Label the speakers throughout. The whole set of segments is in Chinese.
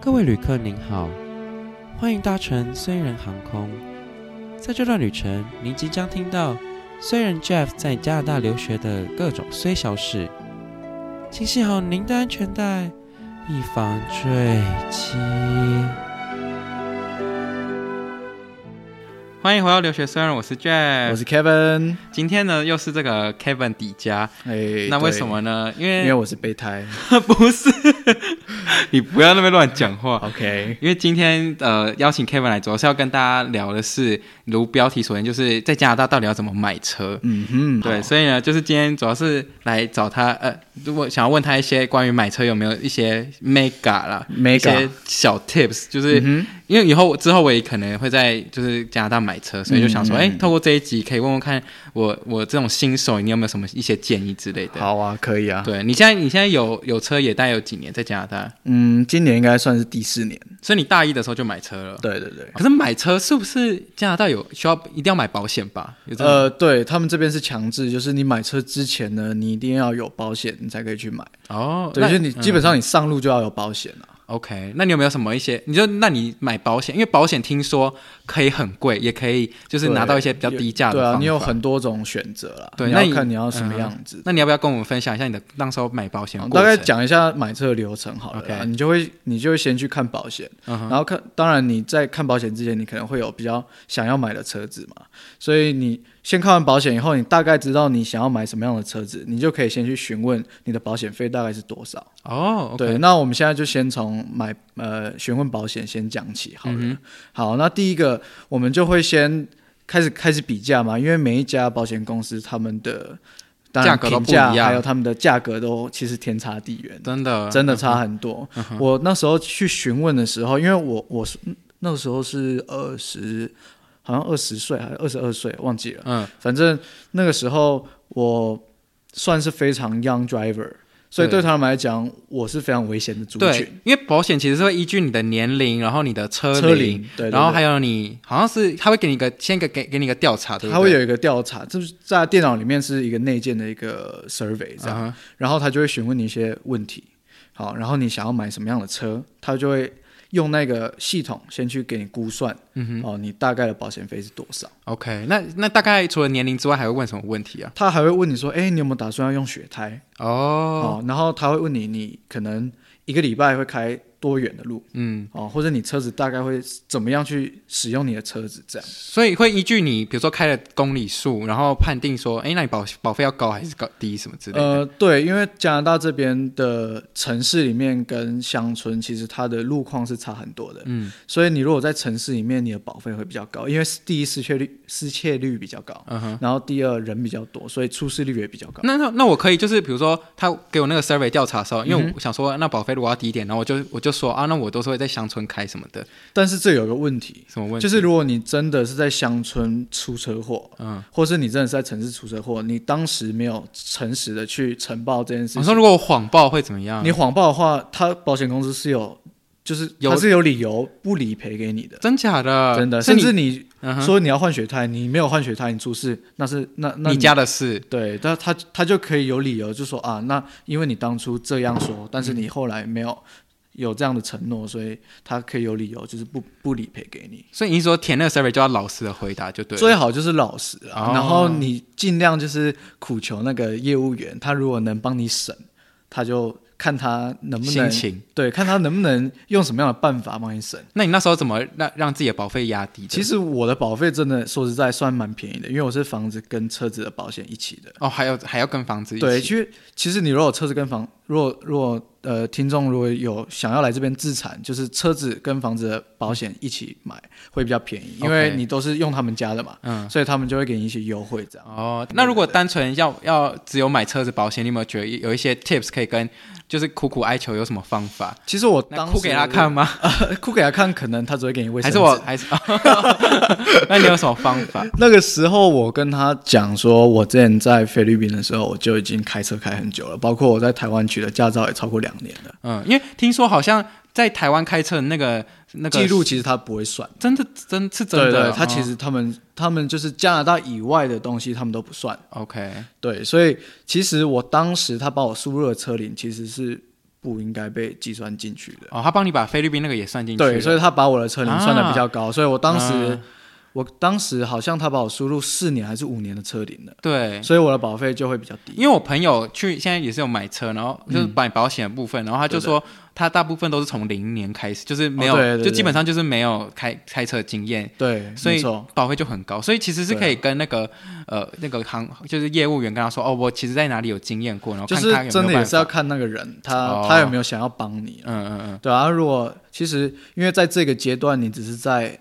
Speaker 1: 各位旅客您好，欢迎搭乘虽然航空。在这段旅程，您即将听到虽然 Jeff 在加拿大留学的各种虽小事，请系好您的安全带，以防坠机。欢迎回到留学虽然，我是 Jeff，
Speaker 2: 我是 Kevin，
Speaker 1: 今天呢又是这个 Kevin 底加，
Speaker 2: 哎、
Speaker 1: 那为
Speaker 2: 对
Speaker 1: 什么？呢？因
Speaker 2: 因为
Speaker 1: 为
Speaker 2: 我是备胎。
Speaker 1: 不是，你不要那边乱讲话。
Speaker 2: OK，
Speaker 1: 因为今天呃邀请 Kevin 来，主要是要跟大家聊的是，如标题所言，就是在加拿大到底要怎么买车。
Speaker 2: 嗯哼，
Speaker 1: 对，
Speaker 2: 好
Speaker 1: 所以呢，就是今天主要是来找他，呃，如果想要问他一些关于买车有没有一些 mega 啦一些
Speaker 2: Mega
Speaker 1: 小 tips，就是、
Speaker 2: 嗯
Speaker 1: 因为以后之后我也可能会在就是加拿大买车，所以就想说，
Speaker 2: 嗯嗯
Speaker 1: 哎、
Speaker 2: 嗯
Speaker 1: 透过这一集可以问问看我我这种新手，你有没有什么一些建议之类
Speaker 2: 哼，
Speaker 1: 的？
Speaker 2: 好啊，可以啊。
Speaker 1: 对你现在你现在有有车也大概有几年在加拿大，
Speaker 2: 嗯，今年应该算是第四年。
Speaker 1: 所以你大一的时候就买车了。
Speaker 2: 对对对。
Speaker 1: 可是买车是不是加拿大有需要一定要买保险吧？有这种、
Speaker 2: 呃，对他们这边是强制，就是你买车之前呢，你一定要有保险，你才可以去买。
Speaker 1: 哦，
Speaker 2: 对，
Speaker 1: 那嗯
Speaker 2: 就是你基本上你上路就要有保险啊。
Speaker 1: OK。那你有没有什么一些？你就那你买保险，因为保险听说可以很贵，也可以就是拿到一些比较低价的
Speaker 2: 对啊，
Speaker 1: 方
Speaker 2: 你有
Speaker 1: 法
Speaker 2: 很多种选择啦。
Speaker 1: 对
Speaker 2: 你
Speaker 1: 那
Speaker 2: 要
Speaker 1: 你
Speaker 2: 看你要什么
Speaker 1: 嗯
Speaker 2: 样子。
Speaker 1: 那你要不要跟我们分享一下你的那时候买保险的
Speaker 2: 好
Speaker 1: 过
Speaker 2: 大
Speaker 1: 程？
Speaker 2: 概讲一下买车的流程好了啦
Speaker 1: OK
Speaker 2: 你就会你就会先去看保险
Speaker 1: 嗯哼
Speaker 2: 然后看，当然你在看保险之前，你可能会有比较想要买的车子嘛，所以你先看完保险以后，你大概知道你想要买什么样的车子，你就可以先去询问你的保险费大概是多少。
Speaker 1: 哦，OK，
Speaker 2: 对，那我们现在就先从买呃询问保险先讲起好了。
Speaker 1: 嗯
Speaker 2: 好，那第一个我们就会先开始开始比价嘛，因为每一家保险公司他们的当然
Speaker 1: 价格都
Speaker 2: 评
Speaker 1: 不
Speaker 2: 价
Speaker 1: 一样
Speaker 2: 还有他们的价格都其实天差地远，
Speaker 1: 真的
Speaker 2: 真的差很多。
Speaker 1: 嗯
Speaker 2: 我那时候去询问的时候，因为我我是那个时候是二十，好像二十岁还是二十二岁，忘记了。
Speaker 1: 嗯，
Speaker 2: 反正那个时候我算是非常 young driver，所以
Speaker 1: 对
Speaker 2: 对他们来讲，我是非常危险的族
Speaker 1: 对
Speaker 2: 群。，
Speaker 1: 因为保险其实是会依据你的年龄，然后你的车
Speaker 2: 车龄，对对
Speaker 1: 然后
Speaker 2: 对
Speaker 1: 还有你好像是他会给你一个先给给给你一个调查，对不对？
Speaker 2: 他会有一个调查，就是在电脑里面是一个内建的一个 survey 这样，
Speaker 1: 嗯哼
Speaker 2: 然后他就会询问你一些问题，好，然后你想要买什么样的车，他就会用那个系统先去给你估算，嗯、哦，你大概的保险费是多少？
Speaker 1: OK，那那大概除了年龄之外，还会问什么问题啊？
Speaker 2: 他还会问你说，哎，你有没有打算要用雪胎？
Speaker 1: 哦，
Speaker 2: 哦，然后他会问你，你可能一个礼拜会开多远的路？
Speaker 1: 嗯，
Speaker 2: 哦，或者你车子大概会怎么样去使用你的车子？这样
Speaker 1: 所以会依据你，比如说开了公里数，然后判定说，哎，那你保保费要高还是高低什么之类的。
Speaker 2: 呃，对，因为加拿大这边的城市里面跟乡村其实它的路况是差很多的，
Speaker 1: 嗯
Speaker 2: 所以你如果在城市里面，你的保费会比较高，因为第一失窃率失窃率比较高，
Speaker 1: 嗯哼，
Speaker 2: 然后第二人比较多，所以出事率也比较高。
Speaker 1: 那那那我可以就是比如说他给我那个 survey 调查的时候，
Speaker 2: 嗯
Speaker 1: 因为我想说那保费如果要低一点，然后我就我就说啊，那我都是会在乡村开什么的，
Speaker 2: 但是这有个问题，
Speaker 1: 什么问题？
Speaker 2: 就是如果你真的是在乡村出车祸，
Speaker 1: 嗯，
Speaker 2: 或是你真的是在城市出车祸，你当时没有诚实的去呈报这件事
Speaker 1: 我哦
Speaker 2: 情，
Speaker 1: 说如果我谎报会怎么样
Speaker 2: 你？谎报的话，他保险公司是有，就是
Speaker 1: 有
Speaker 2: 他是有理由不理赔给你的，
Speaker 1: 真假的？
Speaker 2: 真的。
Speaker 1: 呃是
Speaker 2: 甚
Speaker 1: 你
Speaker 2: 至你
Speaker 1: 嗯哼，
Speaker 2: 说你要换血胎，你没有换血胎，你出事，那是那那
Speaker 1: 你家的事，
Speaker 2: 对，但他他就可以有理由就说啊，那因为你当初这样说，但是你后来没有有这样的承诺，所以他可以有理由就是不不理赔给你。
Speaker 1: 所以你是说填那个 survey 就要老实的回答就对了。
Speaker 2: 最好就是老实啊，
Speaker 1: 哦
Speaker 2: 然后你尽量就是苦求那个业务员，他如果能帮你审，他就看他能不
Speaker 1: 心
Speaker 2: 能
Speaker 1: 情，
Speaker 2: 对，看他能不能用什么样的办法帮你省。
Speaker 1: 那你那时候怎么让让自己的保费压低的？
Speaker 2: 其实我的保费真的说实在算蛮便宜的，因为我是房子跟车子的保险一起的。
Speaker 1: 哦，还有还要跟房子一起
Speaker 2: 对，其实其实你如果有车子跟房，如果如果呃听众如果有想要来这边自产，就是车子跟房子的保险一起买会比较便宜，因为
Speaker 1: OK
Speaker 2: 你都是用他们家的嘛，
Speaker 1: 嗯
Speaker 2: 所以他们就会给你一些优惠这样。
Speaker 1: 哦，那如果单纯要要只有买车子保险，你有没有觉得有一些 tips 可以跟就是苦苦哀求有什么方法？
Speaker 2: 其实我
Speaker 1: 那
Speaker 2: 当
Speaker 1: 哭
Speaker 2: 时
Speaker 1: 给他看吗？
Speaker 2: 哭给他看，可能他只会给你卫
Speaker 1: 还
Speaker 2: 生纸
Speaker 1: 是我还是？ 那你有什么方 法？
Speaker 2: 那个时候我跟他讲说，我之前在菲律宾的时候，我就已经开车开很久了，包括我在台湾取的驾照也超过两年了。
Speaker 1: 嗯，因为听说好像在台湾开车的那个那个
Speaker 2: 记录其实他不会算，
Speaker 1: 真的真是真的，
Speaker 2: 对对，他
Speaker 1: 哦
Speaker 2: 其实他们他们就是加拿大以外的东西，他们都不算。
Speaker 1: OK，
Speaker 2: 对，所以其实我当时他把我输入的车龄其实是不应该被计算进去的。
Speaker 1: 哦，他帮你把菲律宾那个也算进去了，
Speaker 2: 对，所以他把我的车龄算的
Speaker 1: 啊
Speaker 2: 比较高，所以我当时、
Speaker 1: 嗯
Speaker 2: 我当时好像他把我输入四年还是五年的车龄了，
Speaker 1: 对，
Speaker 2: 所以我的保费就会比较低。
Speaker 1: 嗯因为我朋友去现在也是有买车，然后就是买保险的部分，然后他就说他大部分都是从零年开始，就是没有，
Speaker 2: 哦对对对
Speaker 1: 就基本上就是没有开开车经验，
Speaker 2: 对，
Speaker 1: 所以
Speaker 2: 没错
Speaker 1: 保费就很高，所以其实是可以跟那个、呃那个行就是业务员跟他说哦，我其实在哪里有经验过，然后
Speaker 2: 就
Speaker 1: 看
Speaker 2: 是
Speaker 1: 他有没有
Speaker 2: 真的也
Speaker 1: 办
Speaker 2: 是要
Speaker 1: 法
Speaker 2: 看那个人，他、
Speaker 1: 哦
Speaker 2: 他有没有想要帮你啊、
Speaker 1: 嗯嗯嗯，
Speaker 2: 对啊，如果其实因为在这个阶段，你只是在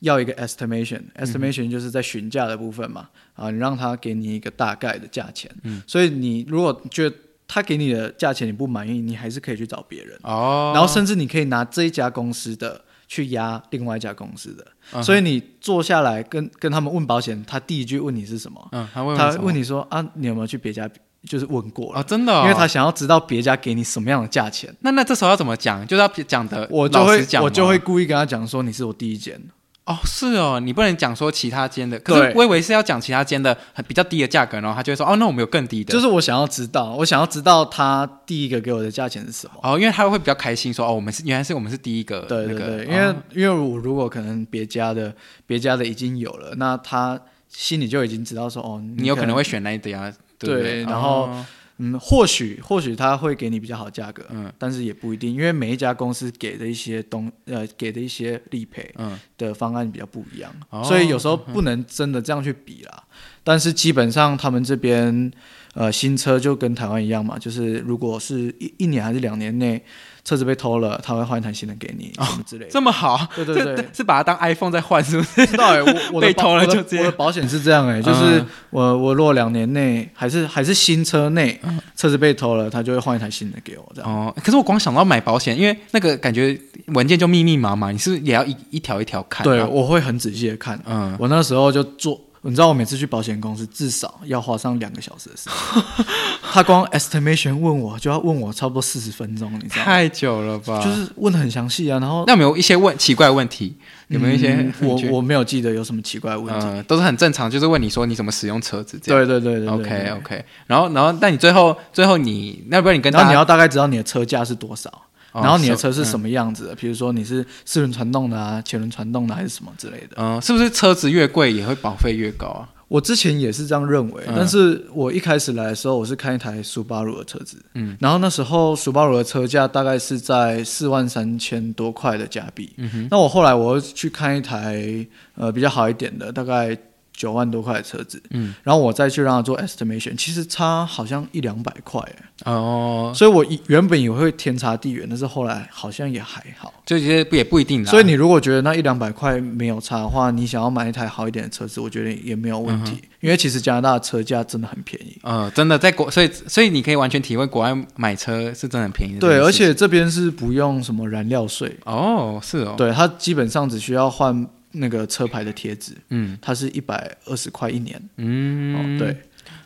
Speaker 2: 要一个
Speaker 1: 嗯
Speaker 2: estimation，estimation、就是在询价的部分嘛，啊，你让他给你一个大概的价钱，嗯，所以你如果觉得他给你的价钱你不满意，你还是可以去找别人，
Speaker 1: 哦，
Speaker 2: 然后甚至你可以拿这一家公司的去压另外一家公司的，
Speaker 1: 嗯
Speaker 2: 所以你坐下来跟跟他们问保险，他第一句问你是什么？
Speaker 1: 嗯，他问
Speaker 2: 他
Speaker 1: 什么
Speaker 2: 问你说啊，你有没有去别家？就是问过了，
Speaker 1: 哦，真的、哦，
Speaker 2: 因为他想要知道别家给你什么样的价钱。
Speaker 1: 那那这时候要怎么讲，就是要讲的
Speaker 2: 我就会
Speaker 1: 呃讲吗，
Speaker 2: 我就会故意跟他讲说你是我第一间，
Speaker 1: 哦，是哦，你不能讲说其他间的，可是
Speaker 2: 对
Speaker 1: 我以为是要讲其他间的很比较低的价格，然后他就会说哦，那我们有更低的，
Speaker 2: 就是我想要知道，我想要知道他第一个给我的价钱是什么。
Speaker 1: 哦，因为他会比较开心说哦，我们是原来是我们是第一个，
Speaker 2: 对
Speaker 1: 呃
Speaker 2: 对
Speaker 1: 那
Speaker 2: 对，
Speaker 1: 个、
Speaker 2: 因为、
Speaker 1: 哦
Speaker 2: 因为我如果可能别家的别家的已经有了，那他心里就已经知道说哦，
Speaker 1: 你有可能会选那一家，对不
Speaker 2: 对然后
Speaker 1: 哦
Speaker 2: 嗯，或许或许他会给你比较好价格，
Speaker 1: 嗯
Speaker 2: 嗯，但是也不一定，因为每一家公司给的一些东呃给的一些理赔
Speaker 1: 嗯
Speaker 2: 的方案比较不一样，
Speaker 1: 哦
Speaker 2: 所以有时候不能真的这样去比啦。但是基本上他们这边呃新车就跟台湾一样嘛，就是如果是一一年还是两年内车子被偷了，他会换一台新的给你、什么之类的。
Speaker 1: 这么好，
Speaker 2: 对对对
Speaker 1: 这 这是把它当 iPhone 在换是不是？
Speaker 2: 不知道哎、我我 的
Speaker 1: 被偷了
Speaker 2: 保我的
Speaker 1: 就直接
Speaker 2: 我的保险是这样哎、就是
Speaker 1: 嗯
Speaker 2: 我我若两年内还是还是新车内车子被偷了，他就会换一台新的给我这样。
Speaker 1: 哦，可是我光想到买保险，因为那个感觉文件就密密麻麻，你是不是也要一一条一条看、啊？
Speaker 2: 对，我会很仔细的看。
Speaker 1: 嗯，
Speaker 2: 我那时候就做，你知道我每次去保险公司至少要花上两个小时 的时间。他光 estimation 问我就要问我差不多四十分钟，你知道吗？
Speaker 1: 太久了吧？
Speaker 2: 就是问的很详细啊，然后
Speaker 1: 那有没有一些问奇怪的问题？有没有一些、
Speaker 2: 嗯
Speaker 1: 你觉得
Speaker 2: 我我没有记得有什么奇怪的问题。
Speaker 1: 嗯，都是很正常，就是问你说你怎么使用车子这样。
Speaker 2: 对对对对对
Speaker 1: OK
Speaker 2: 对
Speaker 1: OK，然后然后，那你最后最后你，那不然你跟
Speaker 2: 然
Speaker 1: 大
Speaker 2: 后你
Speaker 1: 家，
Speaker 2: 要大概知道你的车价是多少，
Speaker 1: 哦
Speaker 2: 然后你的车
Speaker 1: 嗯
Speaker 2: 是什么样子的，比如说你是四轮传动的啊、前轮传动的还是什么之类的。
Speaker 1: 嗯，是不是车子越贵也会保费越高啊？
Speaker 2: 我之前也是这样认为，
Speaker 1: 嗯
Speaker 2: 但是我一开始来的时候，我是开一台苏巴鲁的车子，
Speaker 1: 嗯
Speaker 2: 嗯，然后那时候苏巴鲁的车价大概是在四万三千多块的加币，
Speaker 1: 嗯哼，
Speaker 2: 那我后来我又去看一台呃比较好一点的，大概九万多块的车子，
Speaker 1: 嗯
Speaker 2: 嗯，然后我再去让它做 estimation，其实差好像一两百块，哎
Speaker 1: 哦，
Speaker 2: 所以我以原本以为会天差地远，但是后来好像也还好。
Speaker 1: 就觉得也不一定啦。
Speaker 2: 所以你如果觉得那一两百块没有差的话，你想要买一台好一点的车子，我觉得也没有问
Speaker 1: 嗯
Speaker 2: 题，因为其实加拿大的车价真的很便宜。
Speaker 1: 呃，真的在国，所以所以你可以完全体会国外买车是真的很便宜的这件
Speaker 2: 对，
Speaker 1: 事情。
Speaker 2: 而且这边是不用什么燃料税，
Speaker 1: 哦，是哦，，
Speaker 2: 对，它基本上只需要换那个车牌的贴纸，
Speaker 1: 嗯
Speaker 2: 它是一百二十块一年。
Speaker 1: 嗯、
Speaker 2: 哦，对，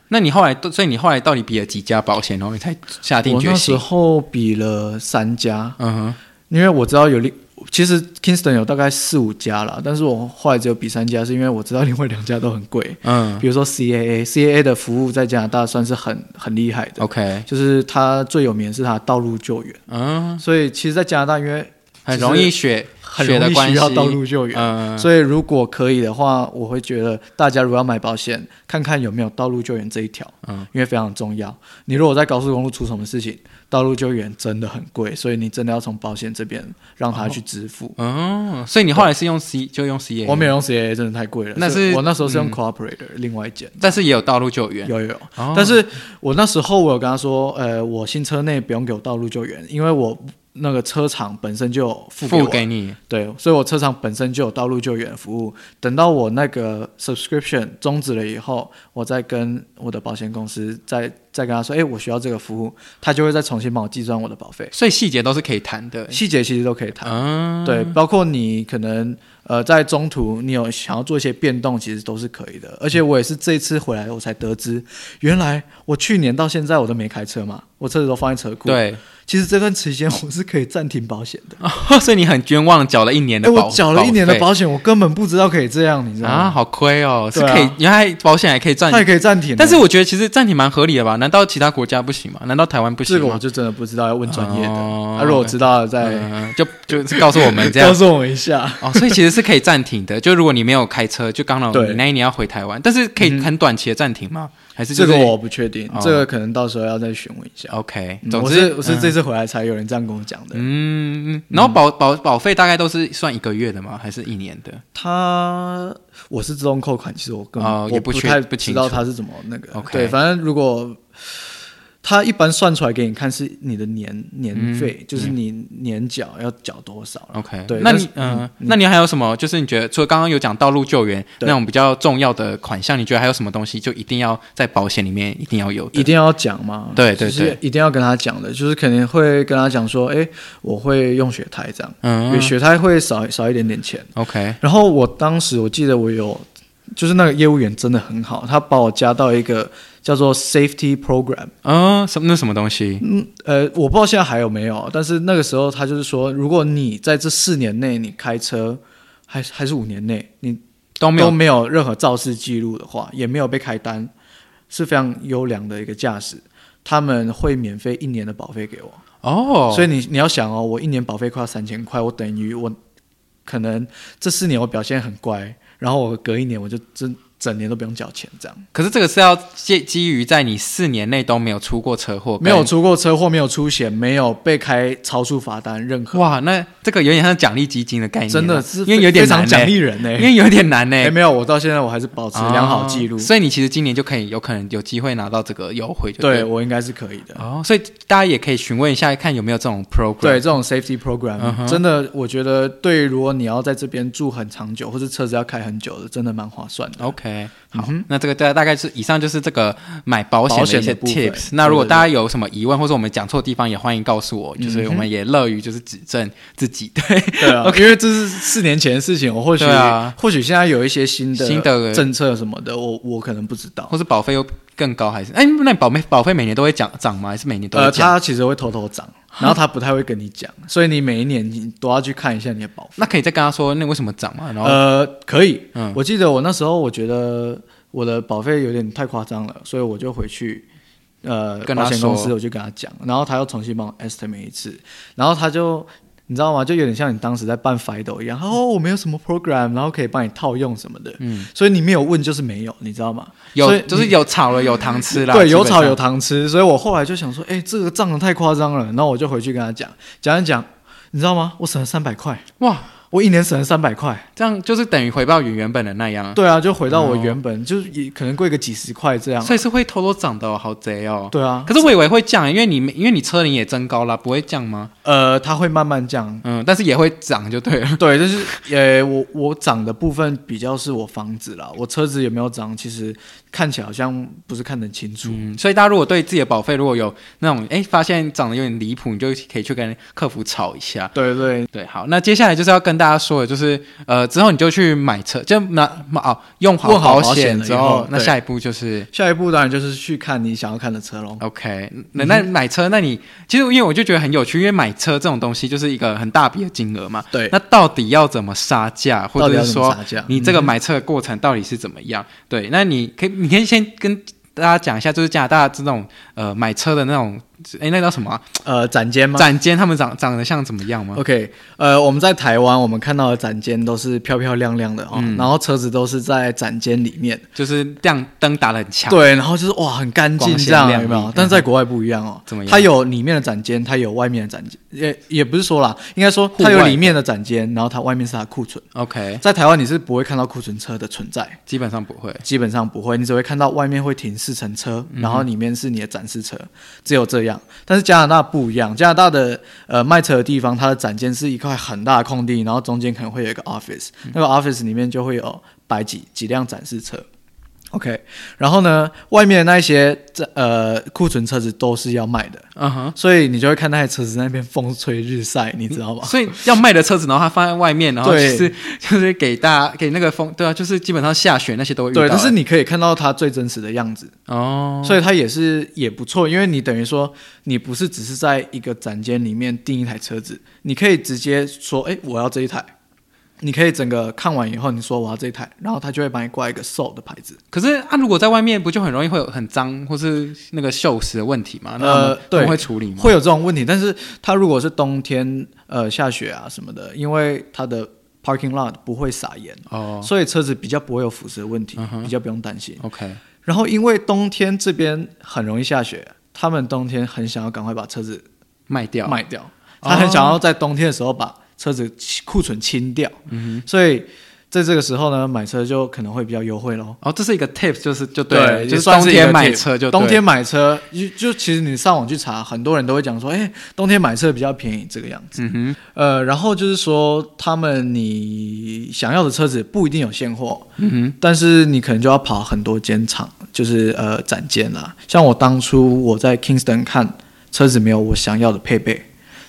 Speaker 1: 那你后来，所以你后来到底比了几家保险，然后你才下定
Speaker 2: 我
Speaker 1: 决
Speaker 2: 那时
Speaker 1: 心？
Speaker 2: 候比了三家，
Speaker 1: 嗯哼，
Speaker 2: 因为我知道有另，其实 Kingston 有大概四五家啦，但是我后来只有比三家，是因为我知道另外两家都很贵。
Speaker 1: 嗯
Speaker 2: 比如说 CAA，CAA 的服务在加拿大算是很很厉害的，
Speaker 1: ，OK，
Speaker 2: 就是它最有名的是它的道路救援，
Speaker 1: 嗯，
Speaker 2: 所以其实，在加拿大因为
Speaker 1: 很容易血
Speaker 2: 很
Speaker 1: 血
Speaker 2: 容
Speaker 1: 的
Speaker 2: 易
Speaker 1: 关
Speaker 2: 需
Speaker 1: 系，
Speaker 2: 要道路救援，
Speaker 1: 嗯，
Speaker 2: 所以如果可以的话，我会觉得大家如果要买保险，看看有没有道路救援这一条，
Speaker 1: 嗯
Speaker 2: 因为非常重要。你如果在高速公路出什么事情，道路救援真的很贵，所以你真的要从保险这边让他去支付。
Speaker 1: 哦，所以你后来是用 C 就用 C A，
Speaker 2: 我没有用 CAA，真的太贵了。
Speaker 1: 那
Speaker 2: 所以
Speaker 1: 是
Speaker 2: 我那时候是用
Speaker 1: 嗯
Speaker 2: Cooperator，、另外一件。
Speaker 1: 但是也有道路救援。
Speaker 2: 有有有，
Speaker 1: 哦
Speaker 2: 但是我那时候我有跟他说，呃，我新车内不用给我道路救援，因为我那个车厂本身就有付给
Speaker 1: 付
Speaker 2: 我，
Speaker 1: 给你，
Speaker 2: 对，所以我车厂本身就有道路救援服务。等到我那个 subscription 终止了以后，我再跟我的保险公司再再跟他说，哎，我需要这个服务，他就会再重新帮我计算我的保费，
Speaker 1: 所以细节都是可以谈的。
Speaker 2: 细节其实都可以谈。
Speaker 1: 嗯，
Speaker 2: 对，包括你可能呃在中途你有想要做一些变动，其实都是可以的。而且我也是这一次回来，我才得知，原来我去年到现在我都没开车嘛，我车子都放在车库。，
Speaker 1: 对，
Speaker 2: 其实这段期间我是可以暂停保险的。
Speaker 1: 所以你很冤枉，缴了一年
Speaker 2: 哎，
Speaker 1: 的保，
Speaker 2: 我缴了一年的
Speaker 1: 保
Speaker 2: 保险，我根本不知道可以这样，你
Speaker 1: 费
Speaker 2: 知道
Speaker 1: 啊，
Speaker 2: 吗？
Speaker 1: 好亏哦，是
Speaker 2: 对啊
Speaker 1: 可以，原来保险还可以赚
Speaker 2: 它也可以暂停的，
Speaker 1: 但是我觉得其实暂停蛮合理的吧？难道其他国家不行吗？难道台湾不行
Speaker 2: 这
Speaker 1: 吗？
Speaker 2: 个我就真的不知道，要问专业的。
Speaker 1: 哦
Speaker 2: 啊，如果我知道了再
Speaker 1: 嗯就就是告诉我们这
Speaker 2: 告
Speaker 1: 样。
Speaker 2: 诉我一下。
Speaker 1: 哦，所以其实是可以暂停的，就如果你没有开车，就刚好
Speaker 2: 对嗯
Speaker 1: 你那一年要回台湾，但是可以很短期的暂停吗？还是就
Speaker 2: 这
Speaker 1: 是
Speaker 2: 个我不确定
Speaker 1: 哦，
Speaker 2: 这个可能到时候要再询问一下。
Speaker 1: OK？
Speaker 2: 嗯
Speaker 1: 总
Speaker 2: 我
Speaker 1: 之
Speaker 2: 是我是这次回来才有人这样跟我讲的。
Speaker 1: 嗯，嗯然后保保保费大概都是算一个月的吗？还是一年的
Speaker 2: 他我是自动扣款，其实我根本、
Speaker 1: 哦也
Speaker 2: 我
Speaker 1: 不确
Speaker 2: 太
Speaker 1: 不清
Speaker 2: 知道
Speaker 1: 楚
Speaker 2: 他是怎么那个。
Speaker 1: OK
Speaker 2: 对，反正如果他一般算出来给你看是你的年年费，
Speaker 1: 嗯
Speaker 2: 就是你年缴要缴多少啦。
Speaker 1: ？OK，
Speaker 2: 对
Speaker 1: 那
Speaker 2: 但
Speaker 1: 你
Speaker 2: 是
Speaker 1: 嗯、
Speaker 2: 嗯
Speaker 1: 那你还有什么？就是你觉得除了刚刚有讲道路救援
Speaker 2: 对
Speaker 1: 那种比较重要的款项，你觉得还有什么东西就一定要在保险里面一定要有的？
Speaker 2: 一定要讲吗？
Speaker 1: 对对
Speaker 2: 就是
Speaker 1: 对
Speaker 2: 一定要跟他讲的，就是肯定会跟他讲说，哎，我会用血胎这样，因为
Speaker 1: 嗯
Speaker 2: 血胎会少少一点点钱。
Speaker 1: ，OK，
Speaker 2: 然后我当时我记得我有，就是那个业务员真的很好，他把我加到一个叫做 Safety Program。
Speaker 1: 嗯，什么那什么东西？
Speaker 2: 嗯，呃，我不知道现在还有没有，但是那个时候他就是说，如果你在这四年内你开车，还还是五年内，你
Speaker 1: 都没
Speaker 2: 都
Speaker 1: 有
Speaker 2: 没有任何肇事记录的话，也没有被开单，是非常优良的一个驾驶。他们会免费一年的保费给我，
Speaker 1: 哦，
Speaker 2: 所以你你要想哦，我一年保费快要三千块，我等于我可能这四年我表现很乖，然后我隔一年我就整整年都不用缴钱，这样
Speaker 1: 可是这个是要基基于在你四年内都没有出过车祸，
Speaker 2: 没有出过车祸，没有出险，没有被开超速罚单，任何。
Speaker 1: 哇，那这个有点像奖励基金的概念啊，
Speaker 2: 真的是
Speaker 1: 因为有点
Speaker 2: 非常
Speaker 1: 难
Speaker 2: 奖
Speaker 1: 呢，
Speaker 2: 励人呢、
Speaker 1: 因为有点难呢
Speaker 2: 哎、，没有，我到现在我还是保持良好记录，
Speaker 1: 哦所以你其实今年就可以有可能有机会拿到这个优惠，就
Speaker 2: 对
Speaker 1: 了。
Speaker 2: 我应该是可以的。
Speaker 1: 哦，所以大家也可以询问一下，看有没有这种 program。
Speaker 2: 对这种 safety program，、
Speaker 1: 嗯哼
Speaker 2: 真的，我觉得对，如果你要在这边住很长久，或是车子要开很久的，真的蛮 划算的。
Speaker 1: OK，
Speaker 2: 嗯
Speaker 1: 好，
Speaker 2: 哼
Speaker 1: 那这个大大概是以上就是这个买保险
Speaker 2: 保
Speaker 1: 的
Speaker 2: 险
Speaker 1: 一些
Speaker 2: 的部分
Speaker 1: tips。那如果
Speaker 2: 对对对嗯
Speaker 1: 大家有什么疑问，或者我们讲错地方，也欢迎告诉我，就是我们也乐于就是指正自己。对，
Speaker 2: 对啊因为这是四年前的事情，我或许、
Speaker 1: 对啊
Speaker 2: 或许现在有一些新的
Speaker 1: 新的
Speaker 2: 政策什么的，我我可能不知道。
Speaker 1: 或是保费又更高，还是哎，那保费保费每年都会涨涨吗？还是每年都
Speaker 2: 呃，
Speaker 1: 会涨？
Speaker 2: 它其实会偷偷涨，然后它不太会跟你讲，所以你每一年你都要去看一下你的保费。
Speaker 1: 那可以再跟他说，那为什么涨嘛？然后、
Speaker 2: 呃，可以。
Speaker 1: 嗯
Speaker 2: 我记得我那时候我觉得我的保费有点太夸张了，所以我就回去呃
Speaker 1: 跟他
Speaker 2: 保险
Speaker 1: 说
Speaker 2: 公司，我就跟他讲，然后他又重新帮我 estimate 一次，然后他就。你知道吗？就有点像你当时在办 FIDO 一样，他说哦，我没有什么 program，然后可以帮你套用什么的，
Speaker 1: 嗯，
Speaker 2: 所以你没有问就是没有，你知道吗？所
Speaker 1: 有
Speaker 2: 以
Speaker 1: 就是有炒了有糖吃啦，
Speaker 2: 对，有
Speaker 1: 基本
Speaker 2: 草
Speaker 1: 上
Speaker 2: 有。糖吃，所以我后来就想说，哎、这个账的太夸张了，然后我就回去跟他讲，讲一讲，你知道吗？我省了三百块，
Speaker 1: 哇，
Speaker 2: 我一年省了三百块，
Speaker 1: 这样就是等于回报原原本的那样，
Speaker 2: 对啊，就回到我原本、就是也可能贵个几十块这样啊。
Speaker 1: 所以是会偷偷涨的、哦，好贼哦。
Speaker 2: 对啊，
Speaker 1: 可是我以为会降，因为你因为你车龄也增高啦，不会降吗？
Speaker 2: 呃，它会慢 慢降。
Speaker 1: 嗯，但是也会涨就对了。
Speaker 2: 对，但是呃，我我涨的部分比较是我房子啦，我车子有没有涨，其实看起来好像不是看得清楚。
Speaker 1: 嗯，所以大家如果对自己的保费如果有那种哎发现涨得有点离谱，你就可以去跟客服吵一下。
Speaker 2: 对对
Speaker 1: 对，好，那接下来就是要跟大家说的，就是呃之后你就去买车，就拿买哦用好
Speaker 2: 问好
Speaker 1: 保
Speaker 2: 保险
Speaker 1: 险
Speaker 2: 了以
Speaker 1: 之
Speaker 2: 后
Speaker 1: 后，那
Speaker 2: 对
Speaker 1: 下一步就是
Speaker 2: 下一步当然就是去看你想要看的车喽。
Speaker 1: OK，那
Speaker 2: 嗯
Speaker 1: 那买车，那你其实因为我就觉得很有趣，因为买车这种东西就是一个很大笔的金额嘛。
Speaker 2: 对，
Speaker 1: 那到底要怎么杀价，或
Speaker 2: 到底
Speaker 1: 者
Speaker 2: 要
Speaker 1: 是
Speaker 2: 怎么
Speaker 1: 说
Speaker 2: 杀价？
Speaker 1: 你这个
Speaker 2: 嗯
Speaker 1: 买车的过程到底是怎么样？对，那你可以，你可以先跟大家讲一下，就是加拿大这种呃买车的那种，哎，那叫什么啊、
Speaker 2: 呃展间吗？
Speaker 1: 展间他们长长得像怎么样吗？
Speaker 2: OK，呃，我们在台湾，我们看到的展间都是漂漂亮亮的哦，
Speaker 1: 嗯
Speaker 2: 然后车子都是在展间里面，
Speaker 1: 就是亮灯打得很强，
Speaker 2: 对，然后就是哇，很干净
Speaker 1: 光鲜
Speaker 2: 这样，
Speaker 1: 亮
Speaker 2: 有没
Speaker 1: 丽嗯
Speaker 2: 有？但是在国外不一样哦，
Speaker 1: 怎么样
Speaker 2: 它有里面的展间，它有外面的展间，也也不是说啦，应该说
Speaker 1: 户
Speaker 2: 它有
Speaker 1: 外
Speaker 2: 里面的展间，然后它外面是它的库存。
Speaker 1: ，OK，
Speaker 2: 在台湾你是不会看到库存车的存在，
Speaker 1: 基本上不会。
Speaker 2: 基本上不会，你只会看到外面会停四乘车，
Speaker 1: 嗯
Speaker 2: 然后里面是你的展示车，只有这样。但是加拿大不一样，加拿大的呃卖车的地方，它的展间是一块很大的空地，然后中间可能会有一个 office，、那
Speaker 1: 嗯
Speaker 2: 个 office 里面就会有摆几几辆展示车。OK，然后呢，外面的那些这呃库存车子都是要卖的，
Speaker 1: 嗯哼，
Speaker 2: 所以你就会看那台车子在那边风吹日晒，你知道吗？
Speaker 1: 所以要卖的车子，然后它放在外面，然后就
Speaker 2: 对
Speaker 1: 是 就是给大家给那个风，对啊，就是基本上下雪那些都会遇到欸。
Speaker 2: 对，但是你可以看到它最真实的样子。
Speaker 1: 哦，
Speaker 2: 所以它也是也不错，因为你等于说你不是只是在一个展间里面订一台车子，你可以直接说，哎、我要这一台，你可以整个看完以后，你说我要这一台，然后他就会帮你挂一个售的牌子。
Speaker 1: 可是啊，如果在外面不就很容易会有很脏或是那个锈蚀的问题吗？那
Speaker 2: 呃
Speaker 1: 他们他们
Speaker 2: 对
Speaker 1: 会处理吗？
Speaker 2: 会有这种问题，但是它如果是冬天，呃，下雪啊什么的，因为它的 parking lot 不会撒盐，
Speaker 1: 哦
Speaker 2: 所以车子比较不会有腐蚀的问题
Speaker 1: 嗯，哼
Speaker 2: 比较不用担心。
Speaker 1: ，OK，
Speaker 2: 然后因为冬天这边很容易下雪，他们冬天很想要赶快把车子
Speaker 1: 卖掉，
Speaker 2: 卖掉，
Speaker 1: 哦
Speaker 2: 他很想要在冬天的时候把车子库存清掉，
Speaker 1: 嗯
Speaker 2: 所以在这个时候呢，买车就可能会比较优惠喽。
Speaker 1: 哦，这是一个 tips，就是就
Speaker 2: 对
Speaker 1: 了
Speaker 2: 也
Speaker 1: 就是
Speaker 2: 算
Speaker 1: 冬
Speaker 2: 是一个
Speaker 1: 天买
Speaker 2: tip
Speaker 1: 车就对
Speaker 2: 冬天买车，就就其实你上网去查，很多人都会讲说，哎、冬天买车比较便宜这个样子。
Speaker 1: 嗯
Speaker 2: 呃，然后就是说，他们你想要的车子不一定有现货，
Speaker 1: 哼，嗯哼，
Speaker 2: 但是你可能就要跑很多间厂，就是呃展间啦。像我当初我在 Kingston 看车子没有我想要的配备，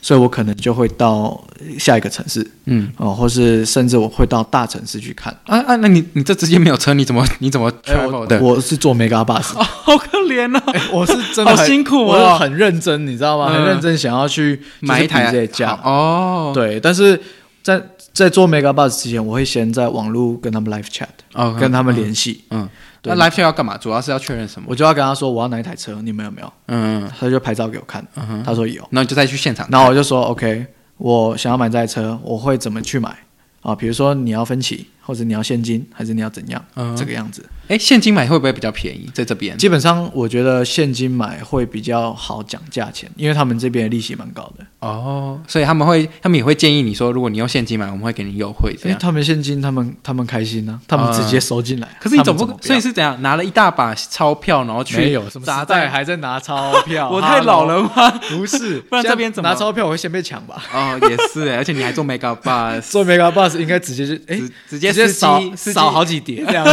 Speaker 2: 所以我可能就会到下一个城市
Speaker 1: 嗯，
Speaker 2: 哦、或是甚至我会到大城市去看。
Speaker 1: 啊啊，那你你这直接没有车，你怎么你怎么
Speaker 2: 哎
Speaker 1: travel 的？
Speaker 2: 我我是坐 Mega Bus，
Speaker 1: 哦， 好可怜哦，
Speaker 2: 哎我是真 的
Speaker 1: 好
Speaker 2: 很
Speaker 1: 辛苦哦
Speaker 2: 我是很认真，你知道吗？
Speaker 1: 嗯
Speaker 2: 很认真想要去
Speaker 1: 买一台
Speaker 2: 这价
Speaker 1: 好，哦，
Speaker 2: 对，但是在在做 Mega Bus 之前，我会先在网络跟他们 live chat，、
Speaker 1: 哦，
Speaker 2: 跟他们
Speaker 1: 连。
Speaker 2: 联系，
Speaker 1: 嗯，
Speaker 2: 对
Speaker 1: 那 live show 要干嘛？主要是要确认什么？
Speaker 2: 我就要跟他说我要哪一台车，你们有没有？
Speaker 1: 嗯
Speaker 2: 他就拍照给我看，
Speaker 1: 嗯哼，
Speaker 2: 他说有，
Speaker 1: 那你就再去现场。
Speaker 2: 然后我就说 OK，我想要买这台车，我会怎么去买啊？比如说你要分期，或者你要现金，还是你要怎样？
Speaker 1: 嗯
Speaker 2: 这个样子，
Speaker 1: 哎，现金买会不会比较便宜？在这边
Speaker 2: 基本上我觉得现金买会比较好讲价钱，因为他们这边的利息蛮高的。
Speaker 1: 哦，所以他们会，他们也会建议你说，如果你用现金买，我们会给你优惠这
Speaker 2: 因为
Speaker 1: 样。
Speaker 2: 他们现金，他们他们开心呢、他们直接收进来。
Speaker 1: 嗯可是你
Speaker 2: 他
Speaker 1: 总
Speaker 2: 们
Speaker 1: 不
Speaker 2: 怎么，
Speaker 1: 所以是怎样拿了一大把钞票，然后去
Speaker 2: 没有什 么
Speaker 1: 砸
Speaker 2: 时代
Speaker 1: 在？
Speaker 2: 还在拿钞 票，
Speaker 1: 我太老
Speaker 2: Hello，
Speaker 1: 了吗？
Speaker 2: 不是，
Speaker 1: 不然这边怎么
Speaker 2: 拿钞票？我会先被抢吧。
Speaker 1: 哦，也是，而且你还做 make up bus，
Speaker 2: 做 Mega Bus 应该直接就哎
Speaker 1: 直，直接司机
Speaker 2: 扫
Speaker 1: 司机
Speaker 2: 扫好几叠这样。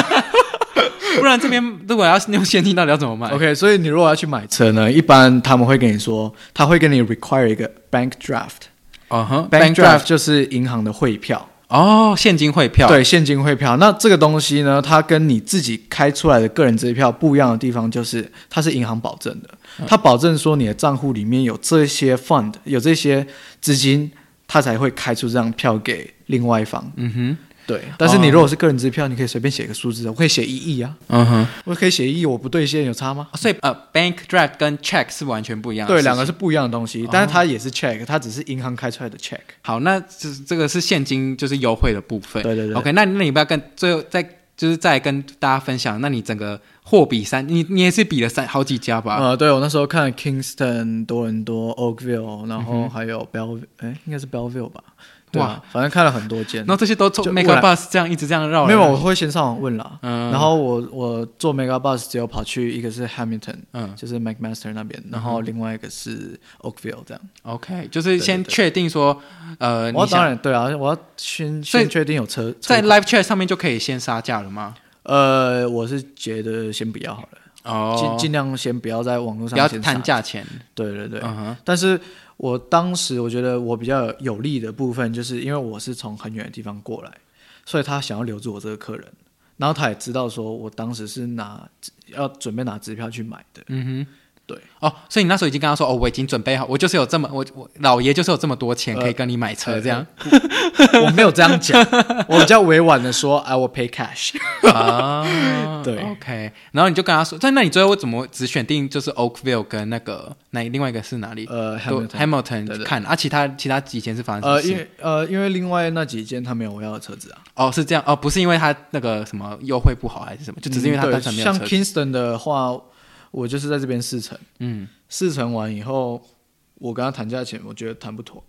Speaker 1: 不然这边如果要用现金，到底要怎么买？
Speaker 2: OK，所以你如果要去买车呢，一般他们会跟你说，他会跟你 require 一个 bank draft。
Speaker 1: 哦哼
Speaker 2: bank draft 就是银行的汇票，
Speaker 1: 哦，现金汇票。，
Speaker 2: 对，现金汇票。那这个东西呢，它跟你自己开出来的个人支票不一样的地方，就是它是银行保证的，它保证说你的账户里面有这些 fund，有这些资金，它才会开出这张票给另外一方。
Speaker 1: 嗯哼，
Speaker 2: 对，哦但是你如果是个人支票，你可以随便写一个数字，我可以写一亿啊，
Speaker 1: 嗯哼。
Speaker 2: 我可以写一亿，我不兑现有差吗？
Speaker 1: 所以呃，bank draft 跟 check 是完全不一样的事
Speaker 2: 对，
Speaker 1: 情。哦
Speaker 2: 两个是不一样的东西，但是它也是 check，它只是银行开出来的 check。
Speaker 1: 好，那这这个是现金就是优惠的部分。
Speaker 2: 对对对
Speaker 1: OK，那那你要不要跟最后再就是再跟大家分享，那你整个货比三，你你也是比了三好几家吧？
Speaker 2: 呃，对我那时候看 Kingston、多伦多、Oakville，然
Speaker 1: 嗯
Speaker 2: 后还有 Bell，哎、应该是 Bellville 吧？对啊，反正看了很多间
Speaker 1: 然。后这些都从
Speaker 2: 就
Speaker 1: Make
Speaker 2: 未
Speaker 1: Up
Speaker 2: 来
Speaker 1: Bus 这样一直这样绕来
Speaker 2: 没有，我
Speaker 1: 绕去，
Speaker 2: 会先上网问啦。
Speaker 1: 嗯
Speaker 2: 然后我我坐 Mega Bus 只有跑去一个是 Hamilton，
Speaker 1: 嗯
Speaker 2: 就是 McMaster 那边，然后另外一个是 Oakville 这样。
Speaker 1: ，OK，就是先
Speaker 2: 对对对
Speaker 1: 确定说，呃，
Speaker 2: 我
Speaker 1: 你
Speaker 2: 要当
Speaker 1: 想
Speaker 2: 然对啊，我要先
Speaker 1: 所以
Speaker 2: 先确定有车。
Speaker 1: 在
Speaker 2: 车
Speaker 1: Live Chat 上面就可以先杀价了吗？
Speaker 2: 呃，我是觉得先不要好了，尽、
Speaker 1: 哦，
Speaker 2: 尽量先不要在网络
Speaker 1: 不
Speaker 2: 上
Speaker 1: 要
Speaker 2: 先
Speaker 1: 谈
Speaker 2: 杀
Speaker 1: 价钱，
Speaker 2: 对对对，
Speaker 1: 嗯哼，
Speaker 2: 但是我当时我觉得我比较有利的部分，就是因为我是从很远的地方过来，所以他想要留住我这个客人，然后他也知道说我当时是拿要准备拿支票去买的，
Speaker 1: 嗯哼。
Speaker 2: 对，
Speaker 1: 哦，所以你那时候已经跟他说，哦，我已经准备好，我就是有这么，我我老爷就是有这么多钱
Speaker 2: 呃
Speaker 1: 可以跟你买车这样，
Speaker 2: 我没有这样讲，我比较委婉的说 I will pay cash，呃
Speaker 1: 啊，
Speaker 2: 对
Speaker 1: ，OK，然后你就跟他说，但那你最后怎么只选定就是 Oakville 跟那个那另外一个是哪里？
Speaker 2: 呃
Speaker 1: 嗯哦都
Speaker 2: Hamilton，对
Speaker 1: Hamilton
Speaker 2: 对
Speaker 1: 看啊，其他其他几间是发生什么
Speaker 2: 呃，
Speaker 1: 事
Speaker 2: 因为呃因为另外那几间他没有我要的车子啊，
Speaker 1: 哦是这样哦，不是因为他那个什么优惠不好还是什哦么，就只是因为他
Speaker 2: 嗯对
Speaker 1: 单纯没有
Speaker 2: 像
Speaker 1: 车子。
Speaker 2: Kingston 的话，我就是在这边试乘，
Speaker 1: 嗯，
Speaker 2: 试乘完以后，我跟他谈价钱，我觉得谈不妥。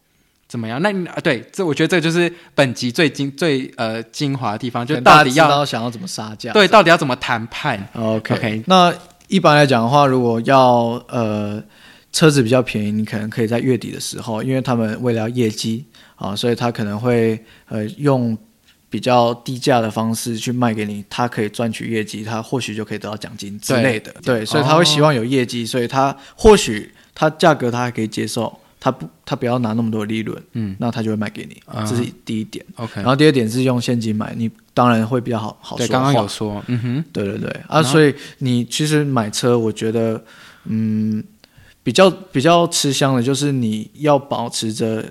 Speaker 1: 怎么样？那你啊，对，这我觉得这就是本集最精最呃精华的地方，就
Speaker 2: 可能大
Speaker 1: 到
Speaker 2: 家
Speaker 1: 底
Speaker 2: 知
Speaker 1: 要
Speaker 2: 道想要怎么杀价，
Speaker 1: 对到底要怎么谈判？
Speaker 2: OK，,
Speaker 1: OK
Speaker 2: 那一般来讲的话，如果要呃车子比较便宜，你可能可以在月底的时候，因为他们为了要业绩啊，所以他可能会呃用比较低价的方式去卖给你，他可以赚取业绩，他或许就可以得到奖金之类的。对，哦所以他会希望有业绩，所以他或许他价格他还可以接受。他不，他不要拿那么多利润，
Speaker 1: 嗯
Speaker 2: 那他就会卖给你，
Speaker 1: 嗯
Speaker 2: 这是第一点。
Speaker 1: ，OK，
Speaker 2: 然后第二点是用现金买，你当然会比较好好
Speaker 1: 哎对，
Speaker 2: 说
Speaker 1: 刚刚
Speaker 2: 话
Speaker 1: 有说，嗯哼，
Speaker 2: 对对对啊，所以你其实买车，我觉得，嗯，比较比较吃香的就是你要保持着，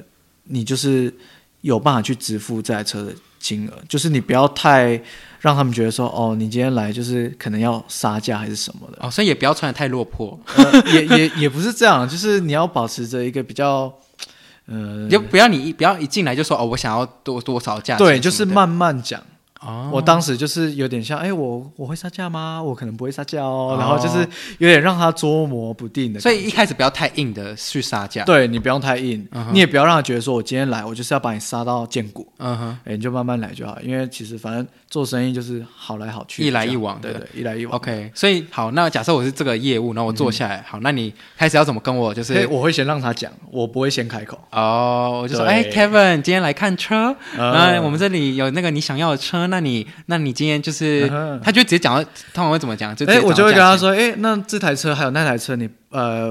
Speaker 2: 你就是有办法去支付这台车的金额，就是你不要太让他们觉得说，哦，你今天来就是可能要杀价还是 什么的，
Speaker 1: 哦，所以也不要穿的太落魄，
Speaker 2: 呃、也也也不是这样，就是你要保持着一个比较，呃
Speaker 1: 你，就不要你一不要一进来就说哦，我想要多多少价钱什么
Speaker 2: 对，
Speaker 1: 的，
Speaker 2: 就是慢慢讲。
Speaker 1: 哦，
Speaker 2: 我当时就是有点像，哎、我我会杀价吗？我可能不会杀价哦，然后就是有点让他捉摸不定的感觉。
Speaker 1: 所以一开始不要太硬的去杀价，，
Speaker 2: 对你不用太硬，
Speaker 1: 嗯
Speaker 2: 你也不要让他觉得说我今天来，我就是要把你杀到见骨。
Speaker 1: 嗯哼
Speaker 2: 哎、你就慢慢来就好，因为其实反正做生意就是好来好去，
Speaker 1: 一来
Speaker 2: 这样
Speaker 1: 一往
Speaker 2: 对
Speaker 1: 的哦
Speaker 2: 对，一来一往。
Speaker 1: ，OK，所以好，那假设我是这个业务，那我
Speaker 2: 嗯
Speaker 1: 坐下来，好，那你开始要怎么跟我就
Speaker 2: 所以
Speaker 1: 是。
Speaker 2: 哎我会先让他讲，我不会先开口。
Speaker 1: 哦，我就说，
Speaker 2: 对
Speaker 1: 哎、k e v i n 今天来看车，
Speaker 2: 呃
Speaker 1: 那我们这里有那个你想要的车，那你，那你今天就是，
Speaker 2: 嗯哼
Speaker 1: 他就直接讲到，通常会怎么讲？就直接
Speaker 2: 哎、我
Speaker 1: 讲
Speaker 2: 就
Speaker 1: 到
Speaker 2: 会
Speaker 1: 价
Speaker 2: 跟他
Speaker 1: 钱，
Speaker 2: 说，哎、那这台车还有那台车你，呃，